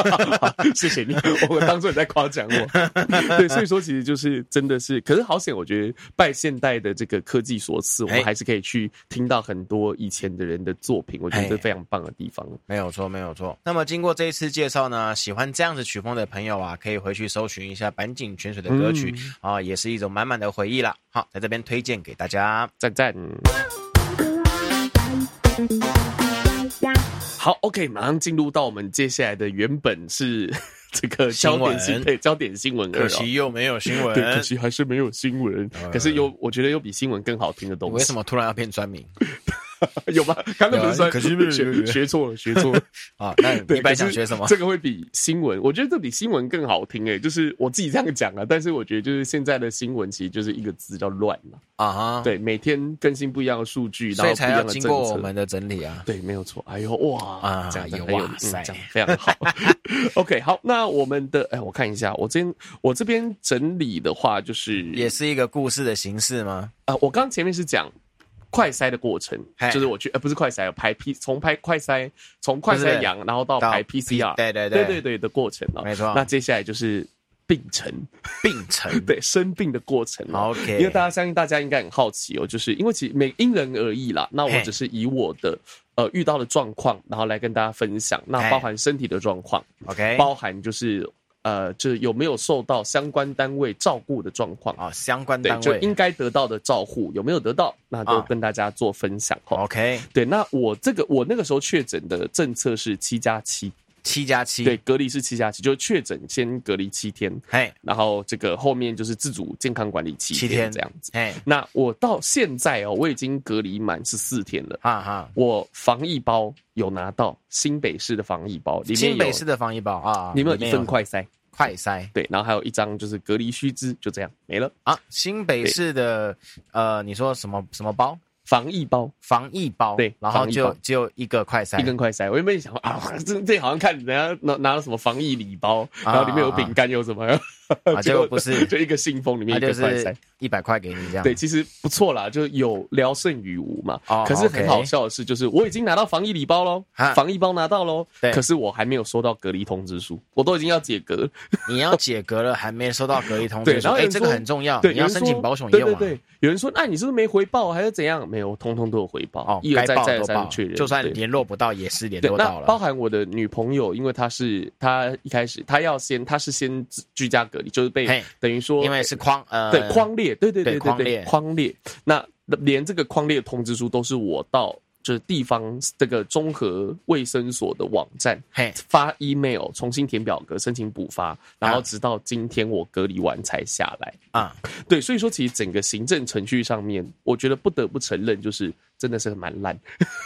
A: 谢谢你，我当做你在夸奖我。对，所以说其实就是真的是，可是好险，我觉得拜现代的这个科技所赐，我们
B: 哎
A: 还是可以去听到很多以前的人的作品，我觉得这
B: 哎
A: 非常棒的地方。
B: 没有错，没有错。那么经过这一次介绍呢，喜欢这样子曲风的朋友啊，可以回去搜寻一下坂井泉水的歌曲
A: 嗯
B: 啊、也是一种满满的回忆啦。好，在这边推荐给大家。
A: 赞赞。好，OK，马上进入到我们接下来的原本是 这个焦点
B: 新
A: 新
B: 闻
A: 对焦点新闻二哦，
B: 又没有新
A: 对，可惜还是没有新闻。可是有，我觉得有比新闻更好听的
B: 你
A: 东
B: 为
A: 西
B: 什，么突然要变专名
A: 有 吗？刚刚不是
B: 有
A: 说
B: 啊可惜没有
A: 学学错了，学 错了。
B: 啊？那你
A: 对，
B: 一般
A: 可
B: 想
A: 是
B: 学什么？
A: 这个会比新闻，我觉得这比新闻更好听诶、就是我自己这样讲啊，但是我觉得就是现在的新闻其实就是一个字叫乱嘛。
B: 啊哈，，
A: 对，每天更新不一样的数据，然
B: 所
A: 后
B: 以
A: 不
B: 才
A: 一
B: 要
A: 样的
B: 经
A: 政
B: 过我
A: 策。
B: 们的整理啊。
A: 对，没有错。哎呦，哇，
B: 啊
A: 这样子
B: 哎呦
A: 很有
B: 哇塞
A: 嗯这样非常好。OK，好，那我们的哎，我看一下，我这边我这边整理的话就是
B: 也是一个故事的形式吗？
A: 啊、我刚前面是讲快筛的过程
B: 嘿，
A: 就是我去呃不是快筛，排 P 从排快筛从快
B: 不是
A: 筛阳，然后到
B: 到
A: 排 PCR，
B: 对对
A: 对
B: 对
A: 对对的过程哦。
B: 没错
A: 那接下来就是病程，
B: 病程
A: 对生病的过程哦。
B: ，OK，
A: 因为大家相信大家应该很好奇哦，就是因为其实每因人而异啦。那我
B: 嘿
A: 只是以我的呃遇到的状况，然后来跟大家分享。那
B: 嘿哎
A: 包含身体的状况，
B: OK，
A: 包含就是呃，就是有没有受到相关单位照顾的状况，
B: 啊，相关
A: 对
B: 单，
A: 就应
B: 位
A: 该得到的照护有没有得到，那都
B: 啊
A: 跟大家做分享哦。
B: ，OK，
A: 对，那我这个我那个时候确诊的政策是七加七，
B: 七加七，
A: 对，，隔离是七加七，就是确诊先隔离七天，
B: 嘿，
A: 然后这个后面就是自主健康管理七
B: 七
A: 天
B: 天
A: 这样子。
B: 嘿，
A: 那我到现在哦，我已经隔离满十四天了。
B: 哈哈，
A: 我防疫包有拿到新北市的防疫包，里面
B: 新
A: 有
B: 北市的防疫包啊，
A: 里面有
B: 里
A: 一份快筛，
B: 快筛
A: 对，然后还有一张就是隔离须知，就这样没了。
B: 啊，新北市的呃，你说什么什么包？
A: 防疫包
B: 防疫包，
A: 对
B: 然后
A: 防疫
B: 就
A: 包
B: 只有一个快
A: 一
B: 筛，
A: 根快塞，我原本想说啊，这这好像看人家拿拿了什么防疫礼包，然后里面有饼干有什么，
B: 啊结果不是
A: 就一个信封里面
B: 他
A: 一
B: 就
A: 个快塞
B: 是。啊一百块给你这样，
A: 对，其实不错啦，就有聊胜于无嘛。
B: 哦
A: 可是很
B: OK
A: 好笑的是，就是我已经拿到防疫礼包喽
B: 哈，
A: 防疫包拿到喽，
B: 对
A: 可是我还没有收到隔离通知书，我都已经要解隔了。
B: 你要解隔了，还没收到隔离通
A: 对，
B: 知，
A: 然后有
B: 哎，
A: 人
B: 这
A: 说
B: 个很重要，
A: 对，
B: 你要
A: 有人
B: 申请
A: 说
B: 保险
A: 对
B: 业务
A: 对
B: 啊，
A: 对，有人说，那你是不是没回报还是怎样？没有，通通都有回报，
B: 哦，
A: 一而
B: 该
A: 再
B: 报
A: 再而
B: 都
A: 三
B: 报
A: 地，确认，
B: 就算
A: 对
B: 联络不到也是联
A: 对，
B: 络
A: 那
B: 到
A: 包
B: 了，
A: 含我的女朋友，因为她是她一开始她要先她是先自居家隔离，就是被
B: 嘿
A: 等于说
B: 因为是框呃
A: 对框列，对对
B: 对
A: 对对
B: 框
A: 对
B: 列
A: 框列，那连这个框列通知书都是我到就是地方这个综合卫生所的网站。
B: 嘿
A: 发 email 重新填表格申请补发，然后
B: 啊
A: 直到今天我隔离完才下来。
B: 啊，
A: 对，所以说其实整个行政程序上面，我觉得不得不承认，就是真的是蛮烂。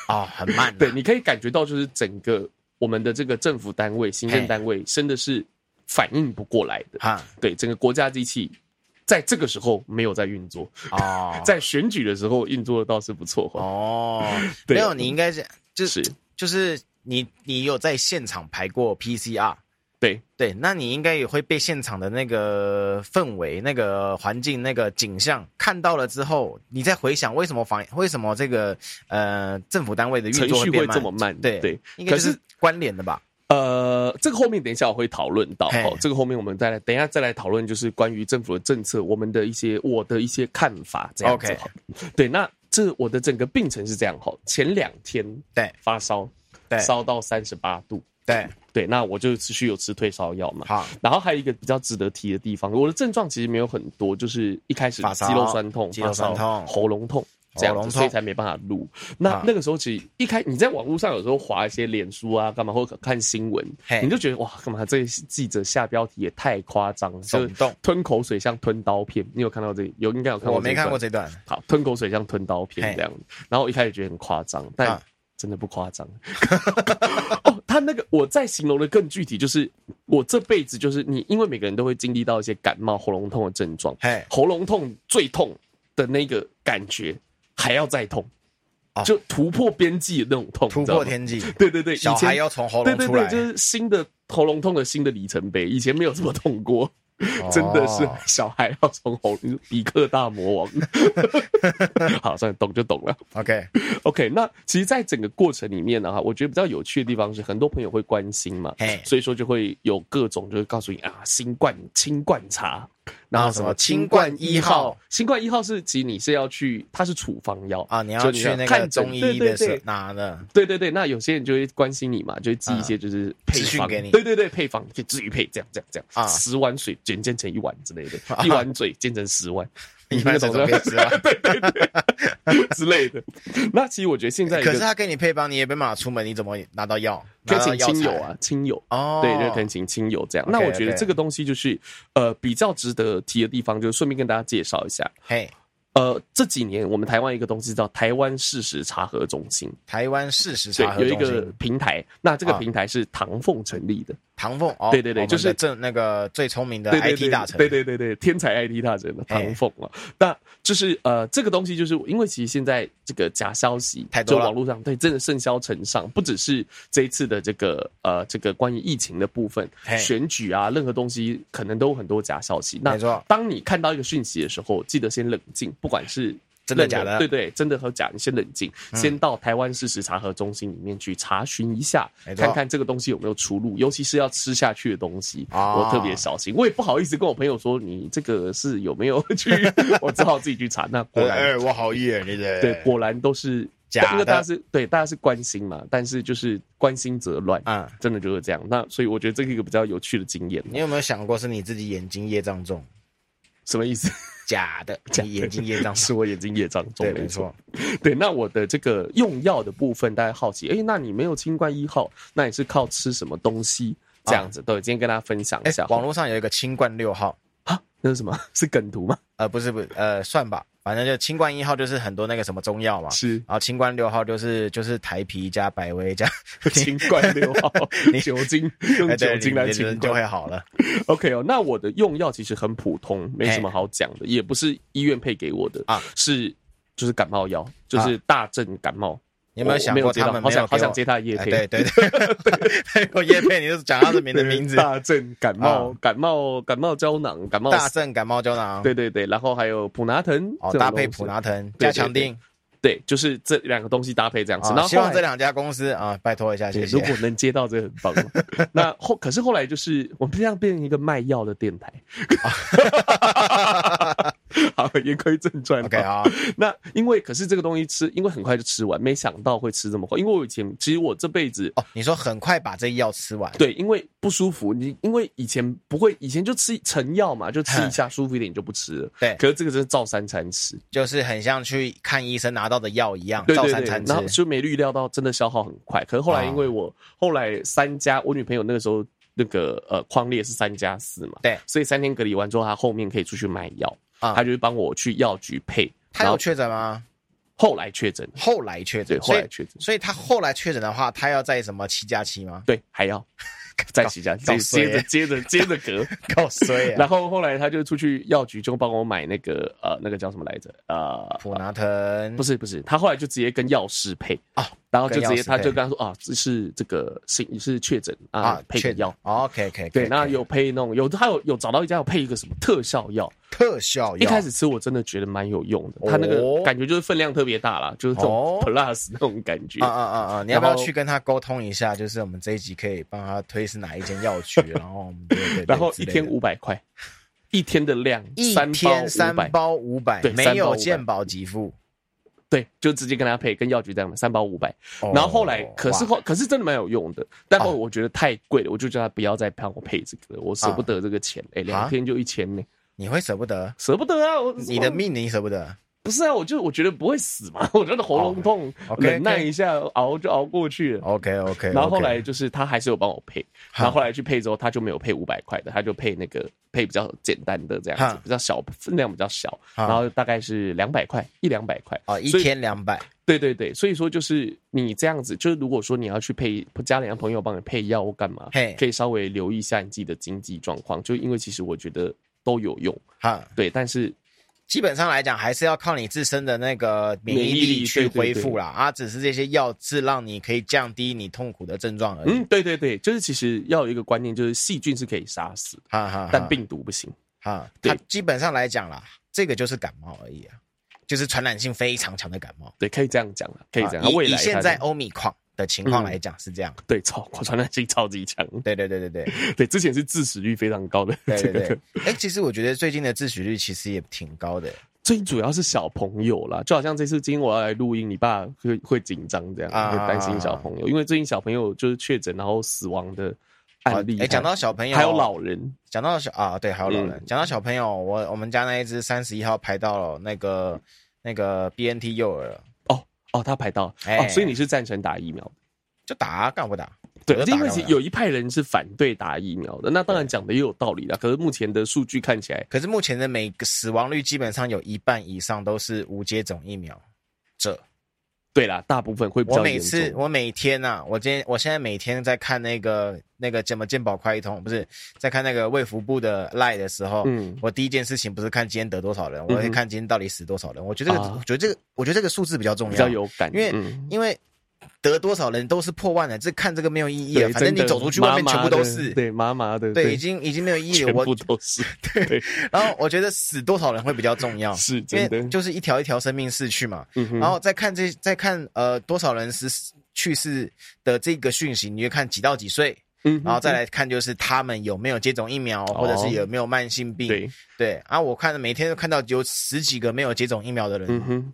B: 哦，很慢啊，
A: 对，你可以感觉到，就是整个我们的这个政府单位、行政单位真的是反应不过来的。
B: 啊，
A: 对，整个国家机器在这个时候没有在运作，
B: 哦，
A: 在选举的时候运作的倒是不错哦。
B: 哦，
A: 对，
B: 没有，你应该是就是就是你你有在现场排过 PCR，
A: 对，
B: 对，那你应该也会被现场的那个氛围、那个环境、那个景象看到了之后，你再回想为什么防为什么这个呃政府单位的运
A: 程
B: 作
A: 序
B: 变
A: 会
B: 慢，
A: 这么慢。
B: 对
A: 对，
B: 应该就
A: 可
B: 是
A: 是
B: 关联的吧？
A: 呃，这个后面等一下我会讨论到
B: 嘿
A: 哦，这个后面我们再来，等一下再来讨论，就是关于政府的政策，我们的一些我的一些看法这样子
B: OK
A: 哈。对，那这我的整个病程是这样哈，哦前两天
B: 对
A: 发烧，
B: 对
A: 烧到三十八度，
B: 对，
A: 对，那我就持续有吃退烧药嘛。
B: 好，
A: 然后还有一个比较值得提的地方，我的症状其实没有很多，就是一开始
B: 发
A: 肌
B: 烧
A: 肉酸痛、
B: 肌肉酸
A: 发烧
B: 痛
A: 喉咙痛。这
B: 喉
A: 样
B: 咙
A: 子，
B: 痛
A: 所以才没办法录。那
B: 啊
A: 那个时候，其实一开你在网络上有时候划一些脸书啊，干嘛或者看新闻
B: 嘿，
A: 你就觉得哇，干嘛这个记者下标题也太夸张了，就是
B: 耸动
A: 吞口水像吞刀片。你有看到这？有应该有看过？
B: 我没看过。这段，
A: 好，吞口水像吞刀片
B: 嘿
A: 这样子。然后我一开始觉得很夸张，但
B: 啊
A: 真的不夸张。 哦，他那个我再形容的更具体，就是我这辈子就是你，因为每个人都会经历到一些感冒、喉咙痛的症状，
B: 嘿，
A: 喉咙痛最痛的那个感觉还要再痛
B: 哦，
A: 就突破边际的那种痛，
B: 突
A: 你知道
B: 破
A: 吗。
B: 天际，
A: 对对对，以
B: 小
A: 前
B: 孩要从喉
A: 对
B: 咙
A: 对
B: 出
A: 对，
B: 来，
A: 就是新的喉咙痛的新的里程碑，以前没有这么痛过。 真的是
B: 哦
A: 小孩要从喉，你是 比克大魔王。 好，算了，懂就懂了。
B: OK，
A: OK，那其实，在整个过程里面呢，哈，我觉得比较有趣的地方是，很多朋友会关心嘛
B: 嘿，
A: 所以说就会有各种就是告诉你啊，新冠清冠茶，然后什么
B: 啊
A: 清
B: 清
A: 冠
B: 冠
A: 一
B: 一
A: 号
B: 号，
A: 清冠一号是其实你是要去，它是处方药
B: 啊，你
A: 就
B: 要去那
A: 看
B: 个
A: 诊
B: 中医
A: 对对
B: 的
A: 对
B: 是哪呢？
A: 对对对，那有些人就会关心你嘛，就会寄一些就是配
B: 嗯资
A: 方
B: 讯给你
A: 对对对，配方可以治愈配这样这样这样，
B: 啊
A: 十碗水减煎成一碗之类的，
B: 啊
A: 一碗嘴煎成十碗，
B: 一般
A: 听
B: 这
A: 得懂
B: 种
A: 吗
B: 配置啊。
A: 之类的。 那其实我觉得现在有一
B: 可是
A: 个
B: 他给你配方，你也没办法出门，你怎么拿到药？
A: 可
B: 拿
A: 以
B: 到
A: 请亲
B: 药
A: 友
B: 材？
A: 啊，亲友。
B: 哦，
A: 对，就是可以请亲友这样。那
B: OK，
A: 我觉得
B: OK
A: 这个东西就是，呃，比较值得提的地方，就是顺便跟大家介绍一下。
B: 嘿，
A: 呃，这几年我们台湾一个东西叫台湾事实查核中心，
B: 台湾事实
A: 对
B: 查，核
A: 有一
B: 中
A: 个
B: 心，
A: 平台。那这个
B: 啊
A: 平台是唐凤成立的，
B: 唐凤哦，
A: 对对对
B: 我们的
A: 就是
B: 正那个最聪明的
A: 对对
B: IT 大臣，
A: 对对对对，天才 IT 大臣的
B: 哎
A: 唐凤啊。那就是呃，这个东西就是因为其实现在这个假消息
B: 太
A: 就
B: 多了
A: 网络上对真的盛嚣尘上，不只是这一次的这个呃这个关于疫情的部分，
B: 嘿
A: 选举啊，任何东西可能都有很多假消息。那
B: 没错
A: 当你看到一个讯息的时候，记得先冷静，不管是。
B: 真的
A: 任何
B: 假的嗯
A: 对对，真的和假，你先冷静，先到台湾事实查核中心里面去查询一下，
B: 没错
A: 看看这个东西有没有出路，尤其是要吃下去的东西，
B: 啊
A: 我特别小心，我也不好意思跟我朋友说你这个是有没有 去，我只好自己去查。那果
B: 呃，
A: 然，
B: 哎，我好意人，你这
A: 对，果然都是
B: 假的
A: 因为大家是对大家是关心嘛，但是就是关心则乱，
B: 啊，
A: 真的就是这样。那所以我觉得这是一个比较有趣的经验。
B: 你有没有想过是你自己眼睛业障重？
A: 什么意思？
B: 假的，你眼睛业障
A: 是我眼睛业障重，
B: 对，
A: 没
B: 没
A: 错
B: 错。。
A: 对，那我的这个用药的部分，大家好奇，哎，那你没有新冠一号，那你是靠吃什么东西？这样子，对，今天跟大家分享一
B: 啊哎
A: 下。，
B: 网络上有一个清冠六号，
A: 啊，那是什么？ 是梗图吗？
B: 呃，不是不是呃，算吧，反正就清冠一号就是很多那个什么中药嘛，
A: 是
B: 然后清冠六号就是就是台皮加百威加，
A: 新冠六号
B: 你
A: 酒精，用
B: 哎对
A: 酒精来
B: 你
A: 清
B: 人就
A: 冠
B: 会。好了。
A: OK 哦，那我的用药其实很普通，没什么
B: 哎
A: 好讲的，也不是医院配给我的
B: 啊
A: 是就是感冒药，就是大症感冒。
B: 你有没有
A: 我
B: 想
A: 没有
B: 过
A: 接
B: 他
A: 到
B: 们
A: 好
B: 没
A: 想
B: 有
A: 好
B: 给
A: 想
B: 我
A: 接他的叶
B: 哎
A: 配。
B: 对对 对，我叶佩，你就是讲他的名 的名字，啊
A: 大正感冒、感冒、感冒胶囊、感冒
B: 大正感冒胶囊，
A: 对对对，然后还有普拿疼
B: 哦，
A: 这种
B: 搭配
A: 东西
B: 普拿疼
A: 对对
B: 加强
A: 对
B: 定，
A: 对，就是这两个东西搭配这样子。
B: 啊
A: 然后
B: 希望
A: 后来
B: 这两家公司啊，拜托一下，
A: 对
B: 谢
A: 如果
B: 谢。
A: 能接到这很棒 了。那后可是后来就是我们这样变成一个卖药的电台。好，言归正传。
B: OK 啊，
A: 那因为可是这个东西吃，因为很快就吃完，没想到会吃这么快。因为我以前其实我这辈子
B: 哦，你说很快把这药吃完，
A: 对，因为不舒服，你因为以前不会，以前就吃成药嘛，就吃一下舒服一点你就不吃了。
B: 对
A: 可是这个真是照三餐吃，
B: 就是很像去看医生拿到的药一样，
A: 对
B: 照
A: 对
B: 三
A: 对
B: 餐，
A: 然后
B: 吃。
A: 就
B: 哦
A: 没预料到真的消耗很快。可是后来因为我、后来三加，我女朋友那个时候那个呃框列是三加四嘛，
B: 对
A: 所以三天隔离完之后，她后面可以出去买药，
B: 啊
A: 她就是帮我去药局配，
B: 他
A: 然
B: 有
A: 后
B: 确诊吗？
A: 后来确诊，
B: 后来确诊
A: 对，，后来确诊，
B: 所以，所以他后来确诊的话，他要在什么七加七吗？
A: 对，还要再洗下，接
B: 搞衰
A: 接着
B: 欸
A: 接着 接着隔。
B: 够衰
A: 然
B: 啊！
A: 后后来她就出去药局就帮我买那个呃那个叫什么来着呃
B: 普拿疼
A: 不是不是，他后来就直接跟药师配
B: 啊，
A: 然后就直
B: 跟
A: 接
B: 药师
A: 他就
B: 配
A: 跟他说啊，这是这个是是确诊啊
B: 啊，，
A: 配个
B: 确
A: 药。
B: OK OK，
A: 对，那有配那种有，他有有找到一家有配一个什么特效药，
B: 特效药，
A: 一开始吃我真的觉得蛮有用的，它那个
B: 哦
A: 感觉就是分量特别大啦，就是这种
B: 哦
A: plus 那种感觉
B: 啊。啊啊啊！你要不要
A: 然后
B: 去跟他沟通一下？就是我们这一集可以帮他推是哪一间药局，然后我们对对对
A: 然后
B: 之
A: 一
B: 类的
A: 天五百块，一天的量
B: 一
A: 三
B: 天三
A: 包500，
B: 包五百
A: 对，三包
B: 没
A: 500
B: 有健保给付。
A: 对，就直接跟他配，跟药局这样的三包五百。
B: 哦
A: 然后后来，可是
B: 哇
A: 后可是真的蛮有用的，但后来
B: 哦
A: 我觉得太贵了，我就叫他不要再帮我配这个了，我舍不得这个钱，哎，两
B: 啊
A: 天就一千呢，
B: 你会舍不得
A: 舍不得啊！我
B: 你的命，你舍不得？
A: 不是啊，我就我觉得不会死嘛， 我觉得喉咙痛，
B: OK，OK
A: 忍耐一下，熬就熬过去了。
B: OK OK，
A: 然后后来就是他还是有帮我配，然后后来去配之后，他就没有配五百块的，他就配那个配比较简单的这样子
B: 哈，
A: 比较小分量比较小，
B: 哈
A: 然后大概是两百块一两百块
B: 哦，一
A: 所以
B: 天两百，
A: 对对对，所以说就是你这样子，就是如果说你要去配家里让朋友帮你配药或干嘛
B: 嘿，
A: 可以稍微留意一下你自己的经济状况，就因为其实我觉得都有用，
B: 哈，
A: 对，但是
B: 基本上来讲还是要靠你自身的那个免疫
A: 免疫力
B: 力去
A: 对对
B: 恢复啦。啊，只是这些药是让你可以降低你痛苦的症状而已
A: 嗯。，对对对，就是其实要有一个观念，就是细菌是可以杀死，
B: 哈啊哈，
A: 但
B: 哈
A: 病毒不行。
B: 哈，
A: 对
B: 它基本上来讲啦，这个就是感冒而已啊，就是传染性非常强的感冒。
A: 对，可以这样讲了，可以这样。
B: 啊
A: 它未
B: 以以
A: 来
B: 现
A: 它
B: 在欧米矿的情况
A: 嗯
B: 来讲是这样。
A: 对超 传染性超级强，
B: 对对对对对
A: 对，之前是致死率非常高的。
B: 对
A: 这个
B: 对对。哎，其实我觉得最近的自取率其实也挺高的
A: 最主要是小朋友啦，就好像这次今天我要来录音，你爸会会紧张这样，
B: 啊
A: 会担心小朋友，因为最近小朋友就是确诊然后死亡的案例，
B: 哎，讲到小朋友，
A: 还有老嗯人，
B: 讲到小啊，对，还有老人。讲到小朋友，我我们家那一只三十一号排到了那个那个 BNT 幼儿了，
A: 哦哦，他排到了哦，
B: 哎
A: 所以你是赞成打疫苗的。
B: 就打、啊、干嘛不打？
A: 对，
B: 我就打
A: 因为
B: 了
A: 其实有一派人是反对打疫苗的，那当然讲的也有道理啦。可是目前的数据看起来，
B: 可是目前的每个死亡率基本上有一半以上都是无接种疫苗者。
A: 对啦，大部分会比
B: 我
A: 较
B: 每
A: 严
B: 次
A: 重。
B: 我每天呐、我今天我现在每天在看那个那个什么健保快一通，不是在看那个卫福部的 line 的时候，
A: 嗯
B: 我第一件事情不是看今天得多少人，
A: 哼
B: 我会看今天到底死多少人。我觉得这个，
A: 啊
B: 我觉得这个，我觉得这个数字比较重要，
A: 比较有感，
B: 因为、
A: 嗯
B: 因为得多少人都是破万了，这看这个没有意义啊
A: 对
B: 了。反正
A: 真
B: 你
A: 的
B: 走出去外面
A: 麻
B: 全
A: 麻
B: 部都
A: 的
B: 是，
A: 对麻麻的，
B: 对，已经已经没有意义了。
A: 全部
B: 我
A: 都 是，
B: 然后我觉得死多少人会比较重要，
A: 是
B: 因
A: 真的
B: 为。就是一条一条生命逝去嘛。
A: 嗯哼
B: 然后再看这再看呃多少人是去世的这个讯息，你就看几到几岁，
A: 嗯哼哦
B: 然后再来看就是他们有没有接种疫苗，或者是有没有慢性病。
A: 对，
B: 对啊，我看每天都看到有十几个没有接种疫苗的人，
A: 嗯哼。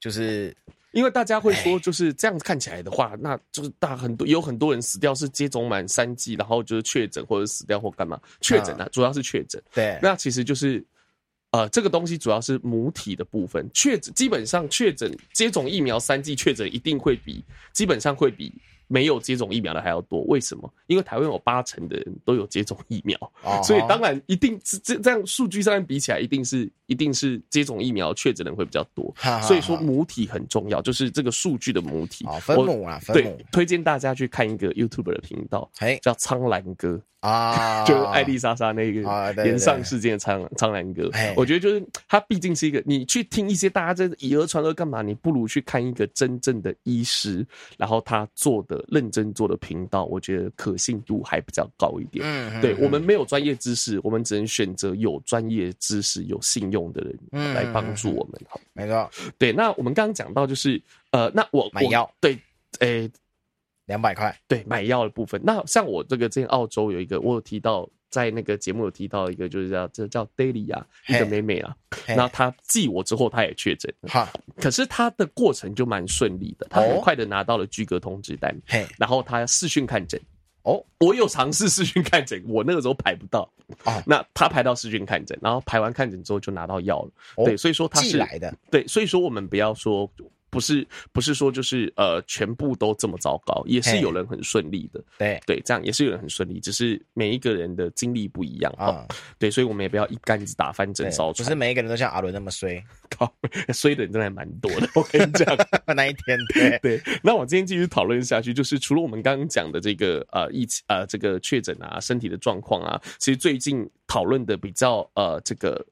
B: 就是
A: 因为大家会
B: 哎
A: 说，就是这样看起来的话，那就是大很多有很多人死掉是接种满三剂，
B: 嗯哎
A: 然后就是确诊或者死掉或干嘛，确诊啊，主要是确诊。
B: 对
A: 那其实就是呃，这个东西主要是母体的部分，确诊基本上确诊接种疫苗三剂确诊一定会比基本上会比没有接种疫苗的还要多。为什么？因为台湾有八成的人都有接种疫苗，
B: 哦
A: 所以当然一定这这这样数据上面比起来，一定是一定是接种疫苗确诊的人会比较多。
B: 哈哈哈
A: 所以说母体很重要，就是这个数据的母体。
B: 哦分
A: 我
B: 母啊，分
A: 对
B: 母，，
A: 推荐大家去看一个 YouTube 的频道，
B: 哎
A: 叫苍兰哥，
B: 啊，
A: 就是艾丽莎莎那
B: 啊对
A: 个
B: 对对
A: 连上事件的苍苍兰哥
B: 哎。
A: 我觉得就是他毕竟是一个，你去听一些大家在以讹传讹干嘛，你不如去看一个真正的医师，然后他做的认真做的频道，我觉得可信度还比较高一点。
B: 嗯，嗯，
A: 对我
B: 嗯
A: 们没有专业知识，我们只能选择有专业知识、有信用的人
B: 嗯
A: 来帮助我们。好，
B: 没错，
A: 对，那我们刚刚讲到就是，呃，那我
B: 买药
A: 我对，诶，
B: 两百块，
A: 对买药的部分，那像我这个之前澳洲有一个，我有提到在那个节目有提到一个，就是叫这叫 Daily 啊，一个
B: 嘿
A: 妹妹啊，
B: 嘿
A: 然后她寄我之后，她也确诊了，
B: 哈，
A: 可是她的过程就蛮顺利的，她很
B: 哦
A: 快的拿到了居隔通知单，
B: 嘿，
A: 然后她视讯看诊。
B: 哦，
A: 我有尝试视讯看诊，我那个时候排不到。
B: 哦
A: 那他排到视讯看诊，然后排完看诊之后就拿到药了。
B: 哦
A: 对，所以说他
B: 寄
A: 是
B: 来的，
A: 对，所以说我们不要说不是不是说就是呃全部都这么糟糕，也是
B: 嘿
A: 有人很顺利的。
B: 对
A: 对，这样也是有人很顺利，只是每一个人的经历不一样啊、
B: 啊，
A: 对，所以我们也不要一竿子打翻整
B: 对
A: 艘
B: 不是
A: 船。
B: 每一个人都像阿伦那么衰，
A: 靠，衰的人真的还蛮多的，我跟你讲。
B: 那一天对，
A: 对，那我今天继续讨论下去，就是除了我们刚刚讲的这个呃疫情呃这个确诊啊，身体的状况啊，其实最近讨论的比较呃这个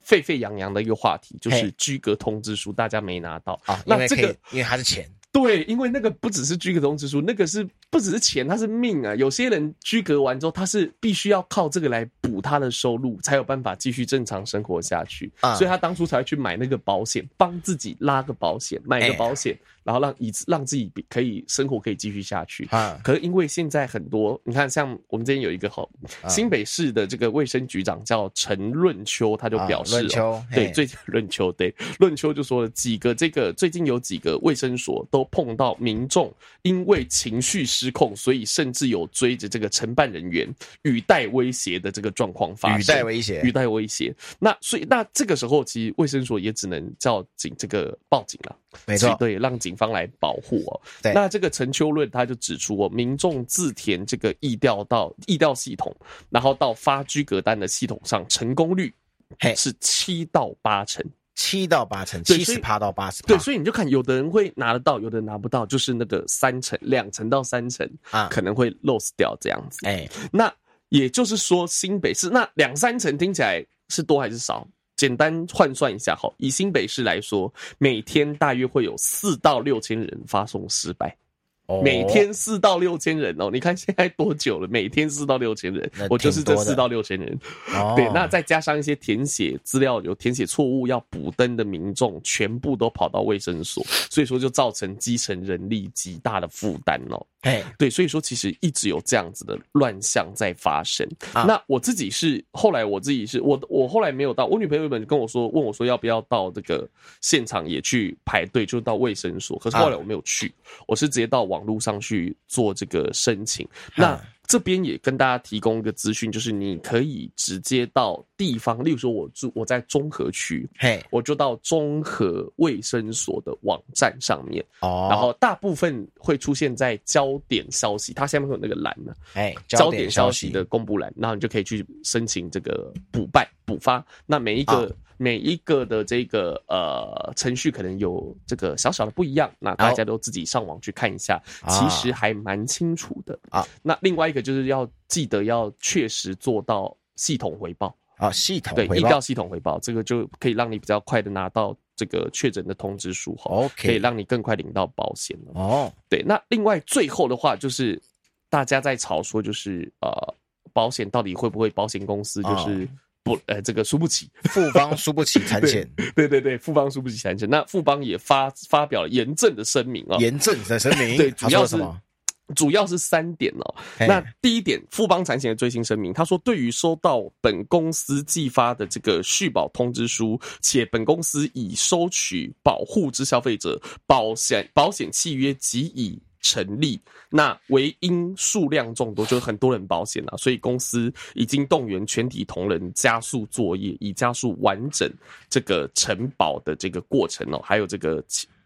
A: 沸沸扬扬的一个话题，就是
B: 嘿
A: 居隔通知书，大家没拿到
B: 啊，因
A: 那
B: 为
A: 这
B: 可以
A: 个，
B: 因为他是钱，
A: 对，因为那个不只是居隔通知书，那个是不只是钱，它是命啊。有些人居隔完之后，他是必须要靠这个来补他的收入，才有办法继续正常生活下去。
B: 啊
A: 所以他当初才会去买那个保险，帮自己拉个保险，买个保险，然后让以让自己可以生活可以继续下去。
B: 啊，
A: 可是因为现在很多，你看，像我们这边有一个好
B: 啊
A: 新北市的这个卫生局长叫陈润秋，他就
B: 啊
A: 表示、哦
B: 论秋
A: 对
B: 嘿
A: 最近 润秋对润秋就说了几个这个最近有几个卫生所都碰到民众因为情绪失控，所以甚至有追着这个承办人员语带威胁的这个状况发生。
B: 语带威胁
A: 语，带威胁，那所以那这个时候，其实卫生所也只能叫警这个报警了。
B: 没错，
A: 对，让警方来保护哦。
B: 对
A: 那这个陈秋润他就指出哦，民众自填这个易调到易调系统，然后到发居隔单的系统上，成功率
B: 嘿
A: 是七到八成。
B: 七到八成，
A: 对
B: 七
A: 所以
B: 十趴到八十趴，
A: 对，所以你就看，有的人会拿得到，有的人拿不到，就是那个三成、两成到三成
B: 啊
A: 可能会 lose 掉这样子。
B: 哎，
A: 那也就是说，新北市那两三成听起来是多还是少？简单换算一下，好，以新北市来说，每天大约会有四到六千人发送失败，
B: 哦
A: 每天四到六千人哦。你看现在多久了？每天四到六千人
B: 那，
A: 我就是这
B: 挺多的
A: 四到六千人。
B: 哦
A: 对，那再加上一些填写资料有填写错误要补登的民众，全部都跑到卫生所，所以说就造成基层人力极大的负担哦。
B: 哎，
A: 对，所以说其实一直有这样子的乱象在发生。
B: 啊
A: 那我自己是后来我自己是我我后来没有到，我女朋友原本跟我说问我说要不要到这个现场也去排队，就是到卫生所。可是后来我没有去，我是直接到网络上去做这个申请。那这边也跟大家提供一个资讯，就是你可以直接到地方，例如说我住我在中和区，
B: 嘿，
A: 我就到中和卫生所的网站上面。
B: 哦，
A: 然后大部分会出现在焦点消息，它下面会有那个栏呢、
B: 哎，
A: 焦
B: 焦
A: 点
B: 点
A: 消
B: 消
A: 息
B: 息
A: 的公布栏，然后你就可以去申请这个补办补发。那每一个、
B: 啊
A: 每一个的这个呃程序可能有这个小小的不一样，那大家都自己上网去看一下，
B: 啊
A: 其实还蛮清楚的
B: 啊。
A: 那另外一个就是要记得要确实做到系统回报。
B: 啊，系统
A: 对，
B: 回
A: 疫调
B: 报
A: 系统回报，这个就可以让你比较快的拿到这个确诊的通知书哈
B: OK
A: 可以让你更快领到保险了。
B: 哦，
A: 对，那另外最后的话就是，大家在吵说就是呃，保险到底会不会保险公司
B: 啊
A: 就是不、呃这个输不起？
B: 复方输不起产险，
A: 对对对，富邦输不起产险，那富邦也发发表了严正的声明哦。
B: 严正的声明，
A: 对，
B: 他
A: 主
B: 说
A: 要
B: 了
A: 是
B: 什么？
A: 主要是三点哦。
B: 嘿
A: 那第一点，富邦产险的最新声明，他说，对于收到本公司寄发的这个续保通知书，且本公司已收取保护之消费者保险保险契约及以成立。那唯因数量众多，就是很多人保险啊，所以公司已经动员全体同仁加速作业，以加速完整这个承保的这个过程哦，还有这个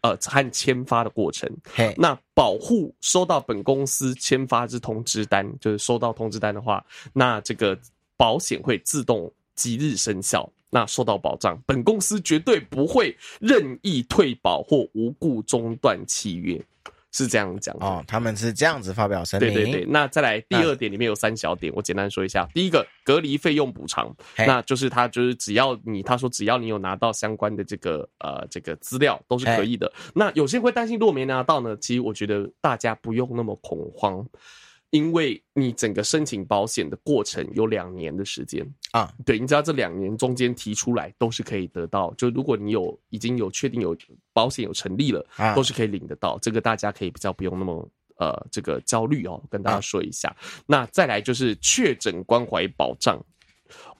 A: 呃和签发的过程。
B: 嘿，
A: 那保护收到本公司签发之通知单，就是收到通知单的话，那这个保险会自动即日生效，那受到保障。本公司绝对不会任意退保或无故中断契约，是这样讲的。
B: 哦，他们是这样子发表声明，
A: 对对对，那再来第二点里面有三小点，我简单说一下。第一个，隔离费用补偿，
B: 嘿
A: 那就是他就是只要你他说只要你有拿到相关的这个呃这个资料都是可以的。那有些人会担心，如果没拿到呢，其实我觉得大家不用那么恐慌，因为你整个申请保险的过程有两年的时间。
B: 啊，
A: 对，你只要这两年中间提出来，都是可以得到。就如果你有已经有确定有保险有成立了，
B: 啊
A: 都是可以领得到。这个大家可以比较不用那么呃这个焦虑哦，跟大
B: 啊
A: 家说一下。那再来就是确诊关怀保障，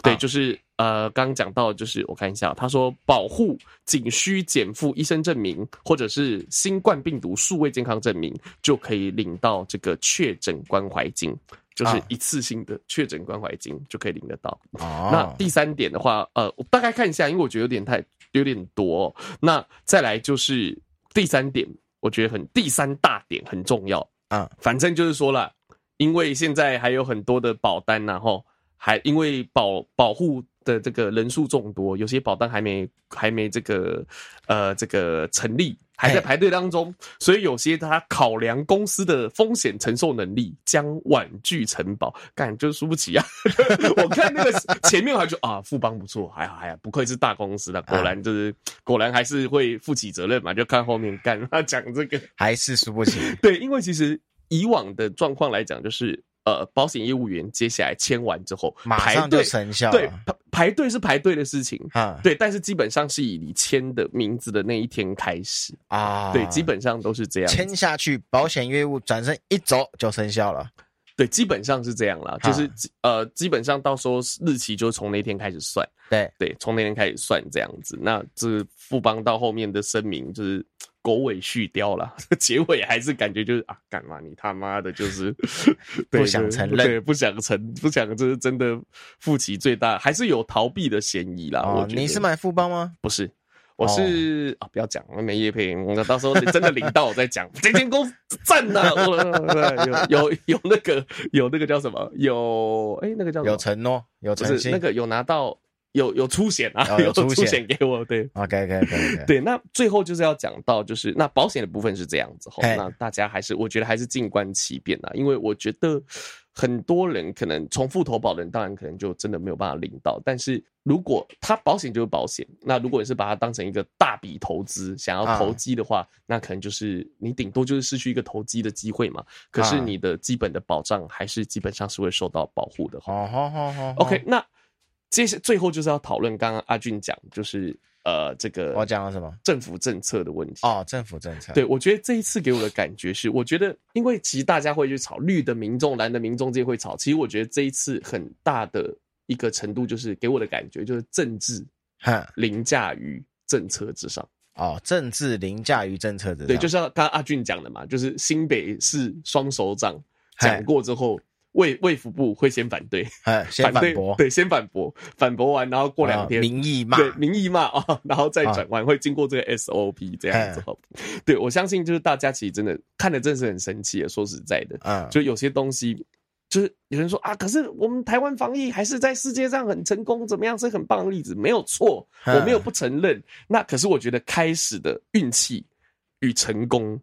A: 对，
B: 啊
A: 就是呃刚刚讲到，就是我看一下，他说保护仅需减负医生证明或者是新冠病毒数位健康证明，就可以领到这个确诊关怀金。就是
B: 啊
A: 一次性的确诊关怀金就可以领得到。
B: 哦，
A: 那第三点的话，呃，我大概看一下，因为我觉得有点太有点多哦、那再来就是第三点，我觉得很第三大点很重要。
B: 啊，
A: 反正就是说了，因为现在还有很多的保单、然后还因为保保护的这个人数众多，有些保单还没还没这个呃这个成立，还在
B: 嘿
A: 排队当中，所以有些他考量公司的风险承受能力，将婉拒承保，干就是输不起啊！ 我看那个前面还就啊，富邦不错，还好还好，不愧是大公司的，果然就是、果然还是会负起责任嘛，就看后面干他讲这个。
B: 还是输不起，
A: 对，因为其实以往的状况来讲，就是呃，保险业务员接下来签完之后，
B: 马
A: 排
B: 上就
A: 队
B: 生效
A: 对
B: 了，
A: 排排队是排队的事情。
B: 啊，
A: 对，但是基本上是以你签的名字的那一天开始，
B: 啊，
A: 对，基本上都是这样子。
B: 签下去，保险业务转身一走就生效了，
A: 对，基本上是这样啦，
B: 哈
A: 就是基呃，基本上到时候日期就从那天开始算，
B: 对，
A: 对，从那天开始算这样子。那这富邦到后面的声明就是嘖狗尾续貂啦， 结尾还是感觉就是啊，干嘛你他妈的就是对
B: 不想承认
A: 对，不想承，不想就是真的负起最大，还是有逃避的嫌疑啦。
B: 哦
A: 啊我，觉得
B: 你是买富邦吗？哦
A: 不是，我是、啊，不要讲，我没叶配，我到时候真的领到我再讲。这间公司赞呐、我 有有有那个有那个叫什么？有哎、那个叫什么
B: 有承诺，有
A: 不
B: 诚
A: 是
B: 信
A: 那个有拿到有有出险啊，
B: 哦有
A: 出
B: 出险
A: 给我，对。
B: ，OK OK OK，
A: 对，那最后就是要讲到，就是那保险的部分是这样子吼，
B: 嘿
A: 那大家还是我觉得还是静观其变啦，因为我觉得很多人可能重复投保的人，当然可能就真的没有办法领到，但是如果他保险就是保险，那如果你是把它当成一个大笔投资，想要
B: 啊
A: 投机的话，那可能就是你顶多就是失去一个投机的机会嘛，可是
B: 啊
A: 你的基本的保障还是基本上是会受到保护的吼。
B: 哦，好好好
A: OK，那接下最后就是要讨论刚刚阿俊讲，就是呃这个
B: 我讲了什么？
A: 政府政策的问题。
B: 哦，政府政策，
A: 对，我觉得这一次给我的感觉是，呃我觉得因为其实大家会去吵绿的民众、蓝的民众这些会吵，其实我觉得这一次很大的一个程度就是给我的感觉就是政治
B: 哼，
A: 凌驾于政策之上。
B: 哦，政治凌驾于政策之上，
A: 对，就像刚刚阿俊讲的嘛，就是新北市双手掌
B: 嗨
A: 讲过之后，卫卫福部会先反对，
B: 哎，先
A: 反对
B: 反驳，
A: 对，先反驳，反驳完然后过两天、
B: 啊民意骂，
A: 对，民意骂啊，然后再转弯，会经过这个 SOP 这样子哦。对，我相信就是大家其实真的看的真的是很生气的。啊说实在的，
B: 嗯，
A: 就有些东西，就是有人说啊，可是我们台湾防疫还是在世界上很成功，怎么样是很棒的例子，没有错，
B: 嗯
A: 我没有不承认。那可是我觉得开始的运气与成功，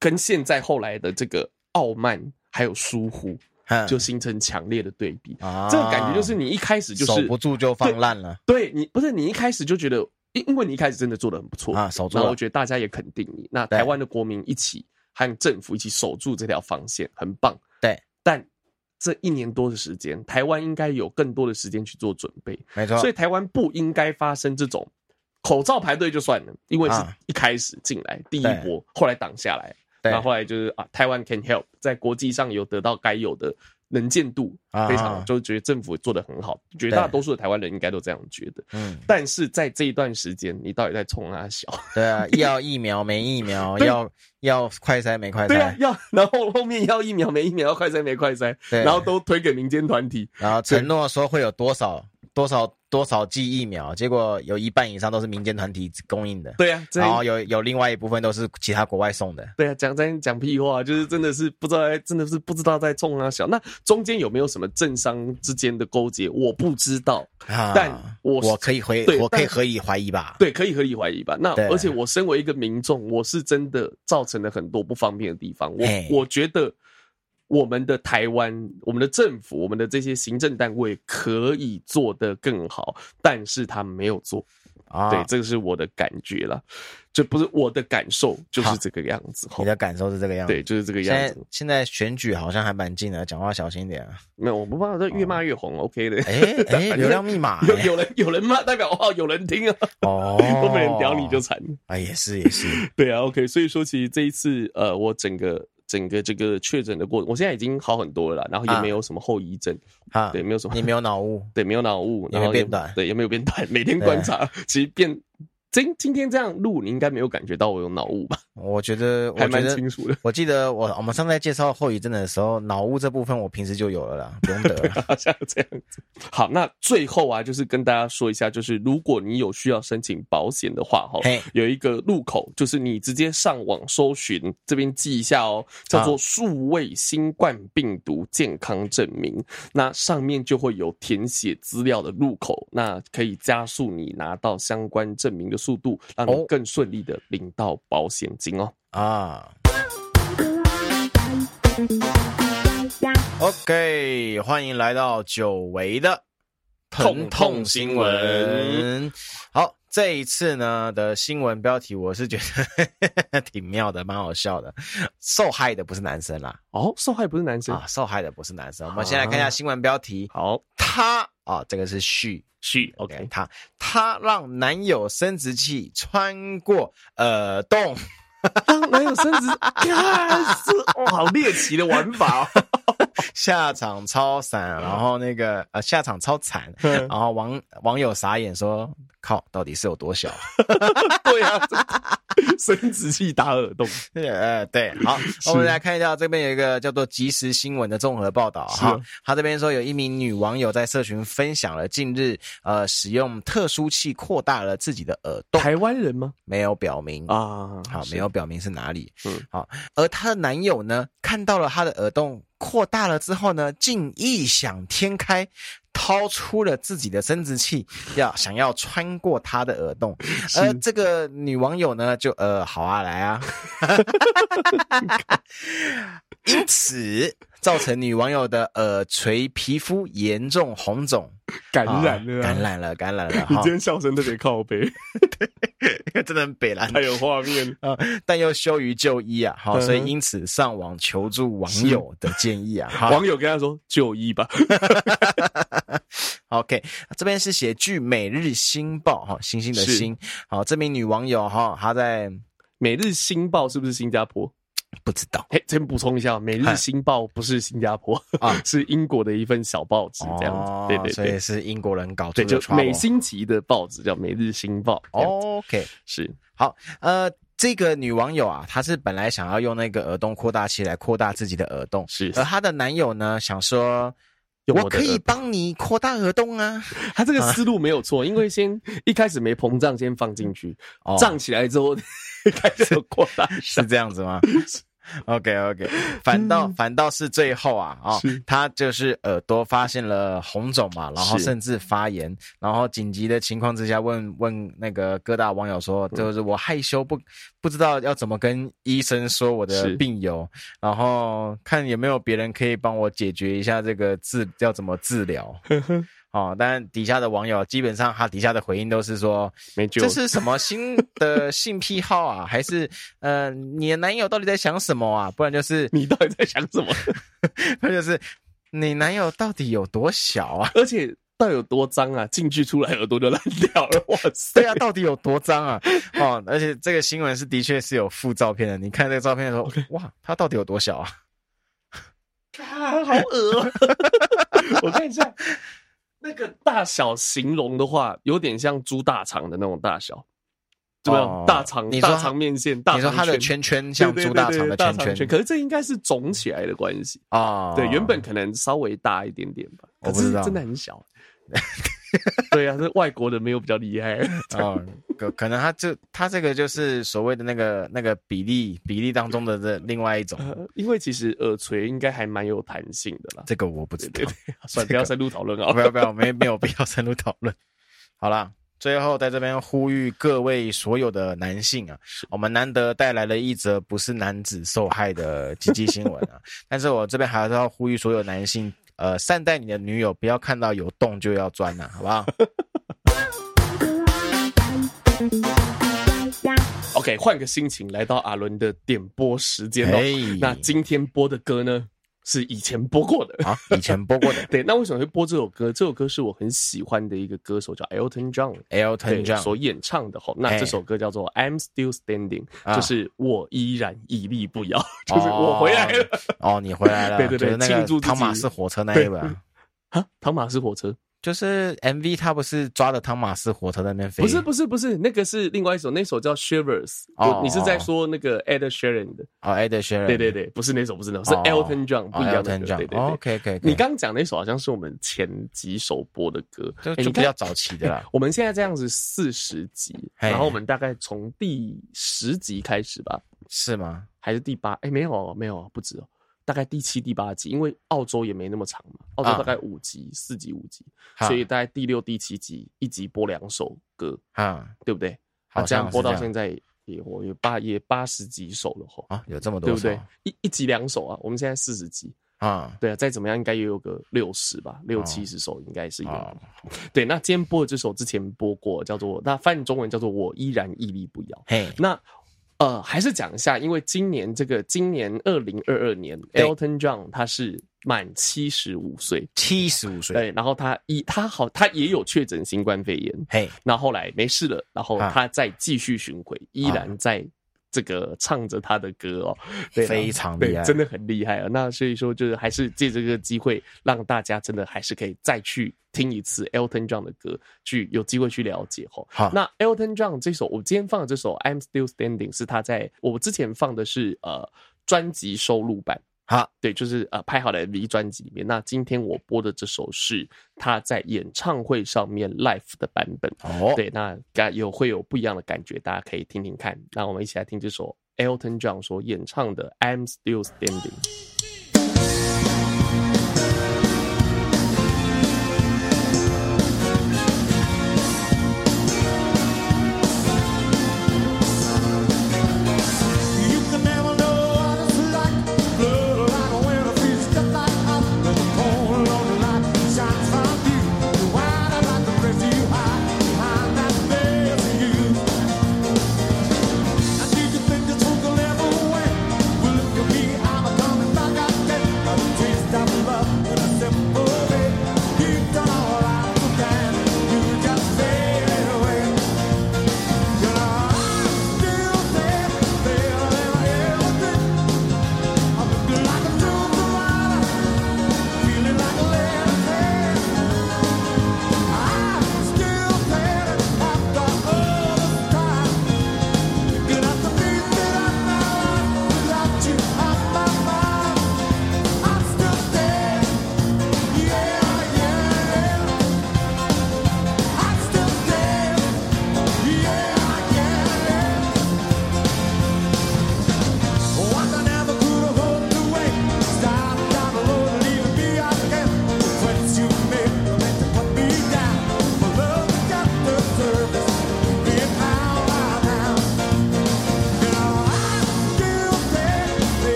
A: 跟现在后来的这个傲慢还有疏忽，
B: 哼
A: 就形成强烈的对比。
B: 嗯啊
A: 这个感觉就是你一开始就是
B: 守不住就放烂了
A: 对你不是你一开始就觉得，因因为你一开始真的做的很不错，
B: 啊，守住
A: 然后
B: 了
A: 我，觉得大家也肯定你，那
B: 对
A: 台湾的国民一起和政府一起守住这条防线，很棒。
B: 对，
A: 但这一年多的时间，台湾应该有更多的时间去做准备，
B: 没错，
A: 所以台湾不应该发生这种口罩排队就算了，因为是
B: 啊
A: 一开始进来第一
B: 对
A: 波，后来挡下来，
B: 对
A: 然后后来就是啊，台湾 can help，在国际上有得到该有的能见度
B: 啊
A: 非常，就觉得政府做的很好，绝大多数的台湾人应该都这样觉得。
B: 嗯，
A: 但是在这一段时间，你到底在冲啊小？
B: 对啊，要疫苗没疫苗，
A: 对
B: 要要快筛没快
A: 对啊
B: 筛，，
A: 要然后后面要疫苗没疫苗，要快筛没快筛，
B: 对，
A: 然后都推给民间团体，
B: 然后承诺说会有多少多少多少剂疫苗，结果有一半以上都是民间团体供应的，
A: 对啊，这
B: 然后有有另外一部分都是其他国外送的。
A: 对啊，讲在讲屁话，就是真的是不知道在，真的是不知道在冲啊小。那中间有没有什么政商之间的勾结？我不知道，
B: 啊
A: 但我
B: 我可以回
A: 对，
B: 我可以
A: 但
B: 合理怀疑吧？
A: 对，可以合理怀疑吧。那
B: 对
A: 而且我身为一个民众，我是真的造成了很多不方便的地方。我
B: 嘿
A: 我觉得我们的台湾、我们的政府、我们的这些行政单位可以做得更好，但是他没有做。
B: 啊，
A: 对，这个是我的感觉啦，这不是我的感受，就是这个样子。吼
B: 你的感受是这个样子。
A: 对，就是这个
B: 现
A: 样
B: 在
A: 子。
B: 现在选举好像还蛮近的，讲话小心一 点啊。
A: 没有，我不怕，这越骂越红、o k 的。
B: 哎
A: 反
B: 哎，
A: 正
B: 流量密码
A: 有
B: 哎
A: 有人有人骂，代表哦有人听啊，
B: 哦，
A: 都没人屌你就惨了。
B: 啊，也是也是，
A: 对啊，OK，所以说其实这一次呃，我整个整个这个确诊的过程，我现在已经好很多了啦，然后也
B: 啊
A: 没有什么后遗症，
B: 啊，
A: 对，没有什么
B: 你没有脑雾，
A: 对，没有脑雾，
B: 也
A: 然后
B: 没
A: 也
B: 变短啊
A: 对，也没有变短，每天观察，其实变。今今天这样录，你应该没有感觉到我有脑雾吧？
B: 我觉得
A: 还
B: 我觉
A: 蛮
B: 得
A: 清楚的。
B: 我记得我我们上次在介绍后遗症的时候，脑雾这部分我平时就有了啦，不用得了。
A: 好像这样子。好，那最后啊，就是跟大家说一下，就是如果你有需要申请保险的话，哈
B: 嘿，
A: 有一个入口，就是你直接上网搜寻，这边记一下哦，叫做
B: 啊
A: 数位新冠病毒健康证明。那上面就会有填写资料的入口，那可以加速你拿到相关证明的速度，让你
B: 哦
A: 更顺利的领到保险金哦。
B: 啊。OK，欢迎来到久违的
A: 痛痛新闻。
B: 好，这一次呢的新闻标题，我是觉得 挺妙的，蛮好笑的。受害的不是男生啦，
A: 哦，受害不是男生，
B: 啊，受害的不是男生。我们先来看一下新闻标题，
A: 好，
B: 他啊，这个是序。
A: 是
B: OK，他他让男友生殖器穿过耳洞，
A: 男友生殖，呀是哦，好猎奇的玩法 哦。
B: 下场超闪，然后那个呃下场超惨，
A: 嗯
B: 然后网网友傻眼说：“靠，到底是有 多小
A: 对啊，这生殖器打耳洞，？”
B: 呃，对，好，我们来看一下这边有一个叫做即时新闻的综合报道
A: 是啊
B: 哈，他这边说有一名女网友在社群分享了近日呃使用特殊器扩大了自己的耳洞，
A: 台湾人吗？
B: 没有表明
A: 啊，
B: 好，
A: 是
B: 没有表明是哪里。
A: 嗯
B: 嗯，好，而她的男友呢，看到了她的耳洞扩大了之后呢，竟异想天开，掏出了自己的生 殖器，要想要穿过她的耳洞。而这个女网友呢，就呃，好啊，来啊。 因此，造成女网友的耳垂皮肤严重红肿，
A: 感
B: 啊
A: 染了啊，
B: 感染了，感 染了
A: 你
B: 哈
A: 今，天笑声特别靠背，
B: 真的很北蓝
A: 太有画面。
B: 呃但又羞于就医啊，好，
A: 嗯哼
B: 所以因此上网求助网友的建议啊，好
A: 网友跟他说就医吧，
B: ，OK，这边是写据《每日新报》哈，星星的
A: 是
B: 星，好，这名女网友哈，她在
A: 每日新报是不是新加坡？
B: 不知道
A: 嘿，先补充一下，每日
B: 嗨
A: 新报不是新加坡
B: 啊
A: 是英国的一份小报纸，这样子
B: 哦。
A: 对对
B: 所以
A: 对，
B: 是英国人搞出
A: 对，
B: 的
A: 就每
B: trouble。
A: 星期的报纸叫《每日新报》。哦，
B: OK，
A: 是
B: 呃，这个女网友啊，她是本来想要用那个耳洞扩大器来扩大自己的耳洞，
A: 是，
B: 而她的男友呢，想说，
A: 用
B: 我
A: 我的
B: 可以
A: 耳
B: 帮你扩大耳洞啊，
A: 他这个思路没有错，因为先一开始没膨胀，先放进去，
B: 哦
A: 胀起来之后开始有扩大。
B: 是这样 子吗？OK OK，反倒、反倒是最后啊啊、哦
A: 是，
B: 他就是耳朵发现了红肿嘛，然后
A: 是
B: 甚至发炎，然后紧急的情况之下问问那个各大网友说，就是我害羞不不知道要怎么跟医生说我
A: 是
B: 的病友，然后看有没有别人可以帮我解决一下这个治要怎么 治疗。哦，但底下的网友基本上他底下的回应都是说，
A: 没救
B: 这是什么新的性癖好啊？还是呃，你的男友到底在想什么啊？不然就是，
A: 你到底在想什么？
B: 不然就是你男友到底有多小啊？
A: 而且到底有多脏啊？进去出来耳朵就烂掉了，哇塞！
B: 对啊，到底有多脏啊？哦，而且这个新闻是的确是有附照片的，你看这个照片的时候，哇，他到底有多小啊？
A: 看好恶、哦。我看一下，那个大小形容的话，有点像猪大肠的那种大小，对吧？
B: 哦
A: 大肠
B: 你说
A: 大
B: 它
A: 肠面线，大
B: 你说
A: 肠
B: 它的
A: 圈
B: 圈圈像
A: 对对
B: 猪
A: 对
B: 大
A: 对
B: 肠的
A: 大
B: 圈圈
A: 可是这应该是肿起来的关系。
B: 哦，
A: 对，原本可能稍微大一点点吧，
B: 我
A: 可
B: 不知
A: 是
B: 道
A: 真的很小。 对啊，这外国人没有比较厉害。
B: 哦，可可能它这它这个就是所谓的那个那个比例比例当中的这另外一种，
A: 呃因为其实耳垂应该还蛮有弹性的啦。
B: 这个我不知道，
A: 算了，不要深入讨论啊
B: 不。要不要，没没有必要深入讨论。好啦，最后在这边呼吁各位所有的男性啊，我们难得带来了一则不是男子受害的积极新闻 啊，但是我这边还是要呼吁所有男性，呃，善待你的女友，不要看到有洞就要钻呐、好不好？
A: OK，换个心情，来到阿伦的 点播时间哦。
B: 哎
A: 那今天播的歌呢，是以前播过的。
B: 好，以前播 过的
A: 对，那为什么会播这首歌？这首歌是我很喜欢的一个歌手，叫 Elton John。
B: Elton
A: 对
B: John，哎
A: 所演唱的吼，那这首歌叫做《I'm Still Standing
B: 啊》，
A: 就是我依然屹立不摇，
B: 哦
A: 就是我回来了。
B: 哦，你回来了，
A: 对对对
B: 就是那
A: 庆祝
B: 个
A: 自己
B: 汤马斯火车那一本啊，
A: 啊，汤马斯火车？
B: 就是 MV 他不是抓着汤马斯火车在那边飞，
A: 不是不是不是，那个是另外一首，那首叫 Shivers。
B: 哦
A: 我你是在说那个 Ed Sheeran 的？
B: 哦，Ed Sheeran，
A: 对对对，不是那首，不是那首，是
B: 哦
A: Elton John
B: 哦
A: 不一样的
B: ，Elton
A: 歌。
B: John，
A: 对对对。
B: ，OK OK，
A: 你刚刚讲那首好像是我们前几首播的歌，
B: 就
A: 哎
B: 就
A: 你
B: 比
A: 看
B: 较早期的啦，
A: 我们现在这样子四十集，
B: 嘿
A: 然后我们大概从第十集开始吧，
B: 是吗？
A: 还是第八？哎，没有哦没有哦，不止哦，大概第七、第八集，因为澳洲也没那么长嘛，澳洲
B: 啊
A: 大概五集、四集、五集，
B: 哈
A: 所以大概第六、第七集一集播两首歌，
B: 啊，
A: 对不对？
B: 好
A: 那这
B: 像
A: 样播到现
B: 在
A: 在也我也八也八十几首了吼，
B: 啊，有这么多
A: 对不
B: 首
A: 对？一一集两首啊，我们现在四十集，
B: 啊，
A: 对啊，再怎么样应该也有个六十吧，六
B: 哦
A: 七十首应该是有的。
B: 啊，
A: 对，那今天播的这首之前播过，叫做那翻译中文叫做《我依然屹立不摇》。
B: 嘿，
A: 那呃，还是讲一下，因为今年这个今年二零二二年
B: 对
A: ，Elton John 他是满七十五岁，
B: 七十五岁，
A: 对，然后他一他好他也有确诊新冠肺炎，
B: 嘿，
A: 那后来没事了，然后
B: 啊
A: 他再继续巡回，依然在这个唱着他的歌哦，对，
B: 非常厉害
A: 对真的很厉害啊。那所以说，就是还是借这个机会，让大家真的还是可以再去听一次 Elton John 的歌，去有机会去了解哦吼。
B: 好，
A: 那 Elton John 这首，我今天放的这首《I'm Still Standing》是他在我之前放的是呃专辑收录版，
B: 好，
A: 对，就是呃拍好的 MV 专辑里面。那今天我播的这首是他在演唱会上面 live 的版本。
B: 哦，
A: 对，那感有会有不一样的感觉，大家可以听听看。那我们一起来听这首 Elton John 所演唱的《I'm Still Standing》。
C: You can never know what it's like Blood like a winter feels just like hot There's a cold lonely light shines from you You wind up like the rest of you hide behind that veil to you And do you think this will ever away? Well look at me, I'm a coming back out there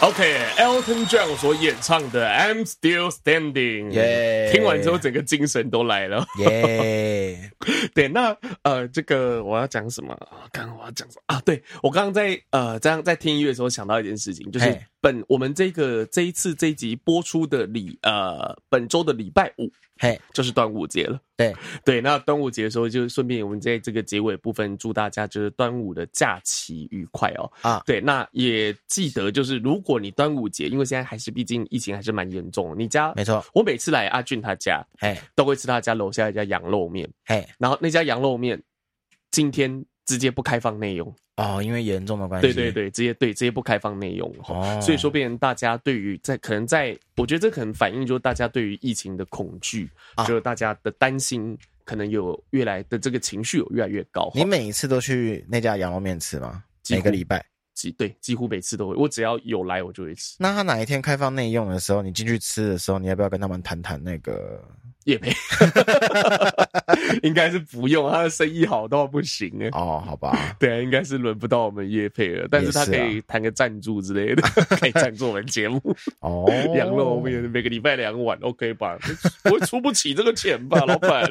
A: OK，Elton、John 所演唱的《I'm Still Standing》，
B: 耶
A: 听完之后整个精神都来了。
B: 耶，
A: 对，那呃，这个我要讲什么？刚刚我要讲什么啊？对我刚刚在呃，这样在听音乐的时候想到一件事情，就是
B: 嘿
A: 本我们这个这一次这一集播出的礼呃，本周的礼拜五
B: 嘿，
A: 就是端午节了。
B: 对，
A: 对，那端午节的时候，就顺便我们在这个结尾部分，祝大家就是端午的假期愉快哦。
B: 啊
A: 对，那也记得就是，如果你端午节，因为现在还是毕竟疫情还是蛮严重的，你家
B: 没错，
A: 我每次来阿俊他家
B: 嘿，
A: 都会吃他家楼下一家羊肉面，
B: 嘿，
A: 然后那家羊肉面今天直接不开放内用，
B: 哦，因为严重的关系，
A: 对对，对，直接对直接不开放内用哦。
B: 哦，
A: 所以说，变成大家对于在可能在，我觉得这可能反映就是大家对于疫情的恐惧，
B: 啊
A: 就是大家的担心，可能有越来的这个情绪有越来越高。
B: 你每一次都去那家羊肉面吃吗？
A: 几乎
B: 每个礼拜？
A: 几对几乎每次都会，我只要有来我就会吃
B: 那他哪一天开放内用的时候，你进去吃的时候，你要不要跟他们谈谈那个？
A: 叶 培，应该是不用，他的生意好到不行哎。，
B: 哦，好吧
A: 对啊，应该是轮不到我们叶配了，但是他
B: 也是
A: 可
B: 啊
A: 以谈个赞助之 类的，可以赞助我们节目。
B: 哦，
A: 羊肉面每个礼拜两碗，OK 吧？我出不起这个钱 吧，老板。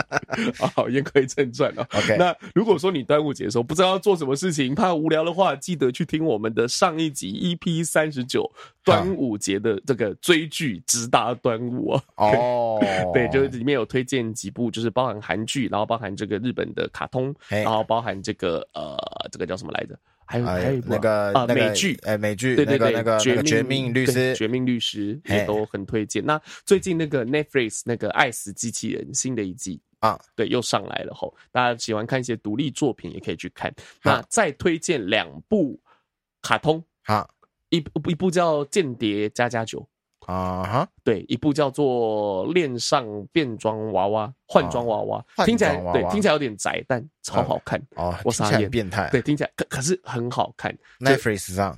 A: 好，言归正传哦。
B: OK
A: 那如果说你端午节的时候不知道要做什么事情，怕无聊的话，记得去听我们的上一集 EP 三十九端午节的这个追剧直达端午哦。，
B: 哦
A: 对，就是里面有推荐几部，就是包含韩剧，然后包含这个日本的卡通，
B: 嘿
A: 然后包含这个呃，这个叫什么来着？还有还有
B: 呃
A: 一部啊
B: 那个
A: 啊
B: 那个
A: 美剧，
B: 哎美剧
A: 对对
B: 那个
A: 对，
B: 那个那个绝命律
A: 对
B: 师
A: 绝命律师
B: 嘿
A: 也都很推荐。那最近那个 Netflix 那个《爱死机器人》新的一季。
B: 啊，
A: 对，又上来了吼！大家喜欢看一些独立作品，也可以去
B: 啊
A: 看。那再推荐两部卡通，
B: 好
A: 一部一部叫《间谍加加酒》，
B: 啊哈，
A: 对，一部叫做《恋上变装娃娃》换装娃娃，
B: 啊换装
A: 听起来
B: 娃娃
A: 对，听起来有点宅，但超好看。
B: 哦，
A: 我
B: 听
A: 傻
B: 起来
A: 眼
B: 很变态。
A: 对，听起来可可是很好看。
B: ，Netflix 上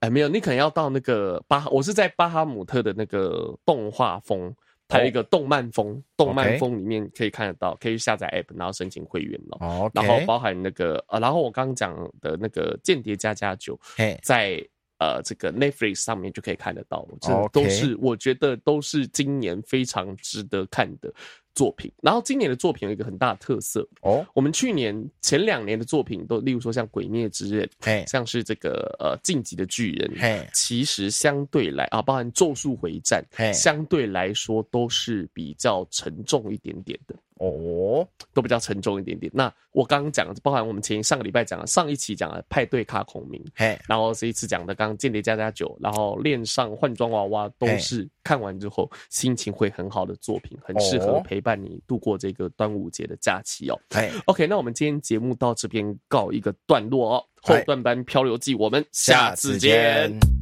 A: 哎，没有，你可能要到那个巴，我是在巴哈姆特的那个动画风，还有一个动漫风，
B: 哦
A: 动漫
B: OK
A: 风里面可以看得到，可以下载 app，然后申请会员咯。
B: 哦
A: 然后
B: ，OK，
A: 包含那个呃，然后我刚刚讲的那个《间谍加加酒》，
B: 嘿，
A: 在呃这个 Netflix 上面就可以看得到了，这
B: 哦 OK
A: 都是我觉得都是今年非常值得看的作品。然后今年的作品有一个很大的特色，
B: 哦，
A: 我们去年前两年的作品都，例如说像《鬼灭之刃》，
B: 嘿，
A: 像是这个呃《晋级的巨人》，
B: 嘿，
A: 其实相对来啊，包含《咒术回战
B: 嘿》，
A: 相对来说都是比较沉重一点点的，
B: 哦，
A: 都比较沉重一点点。那我刚刚讲的，包含我们前上个礼拜讲的，上一期讲的派对卡孔明，
B: 嘿，
A: 然后这一次讲的刚刚《间谍加加酒》，然后《恋上换装娃娃》，都
B: 嘿
A: 是看完之后心情会很好的作品，很适合
B: 哦
A: 陪伴你度过这个端午节的假期哦。
B: 嘿，
A: OK，那我们今天节目到这边告一个段落哦，后
B: 嗨
A: 段班漂流记，我们下次见。。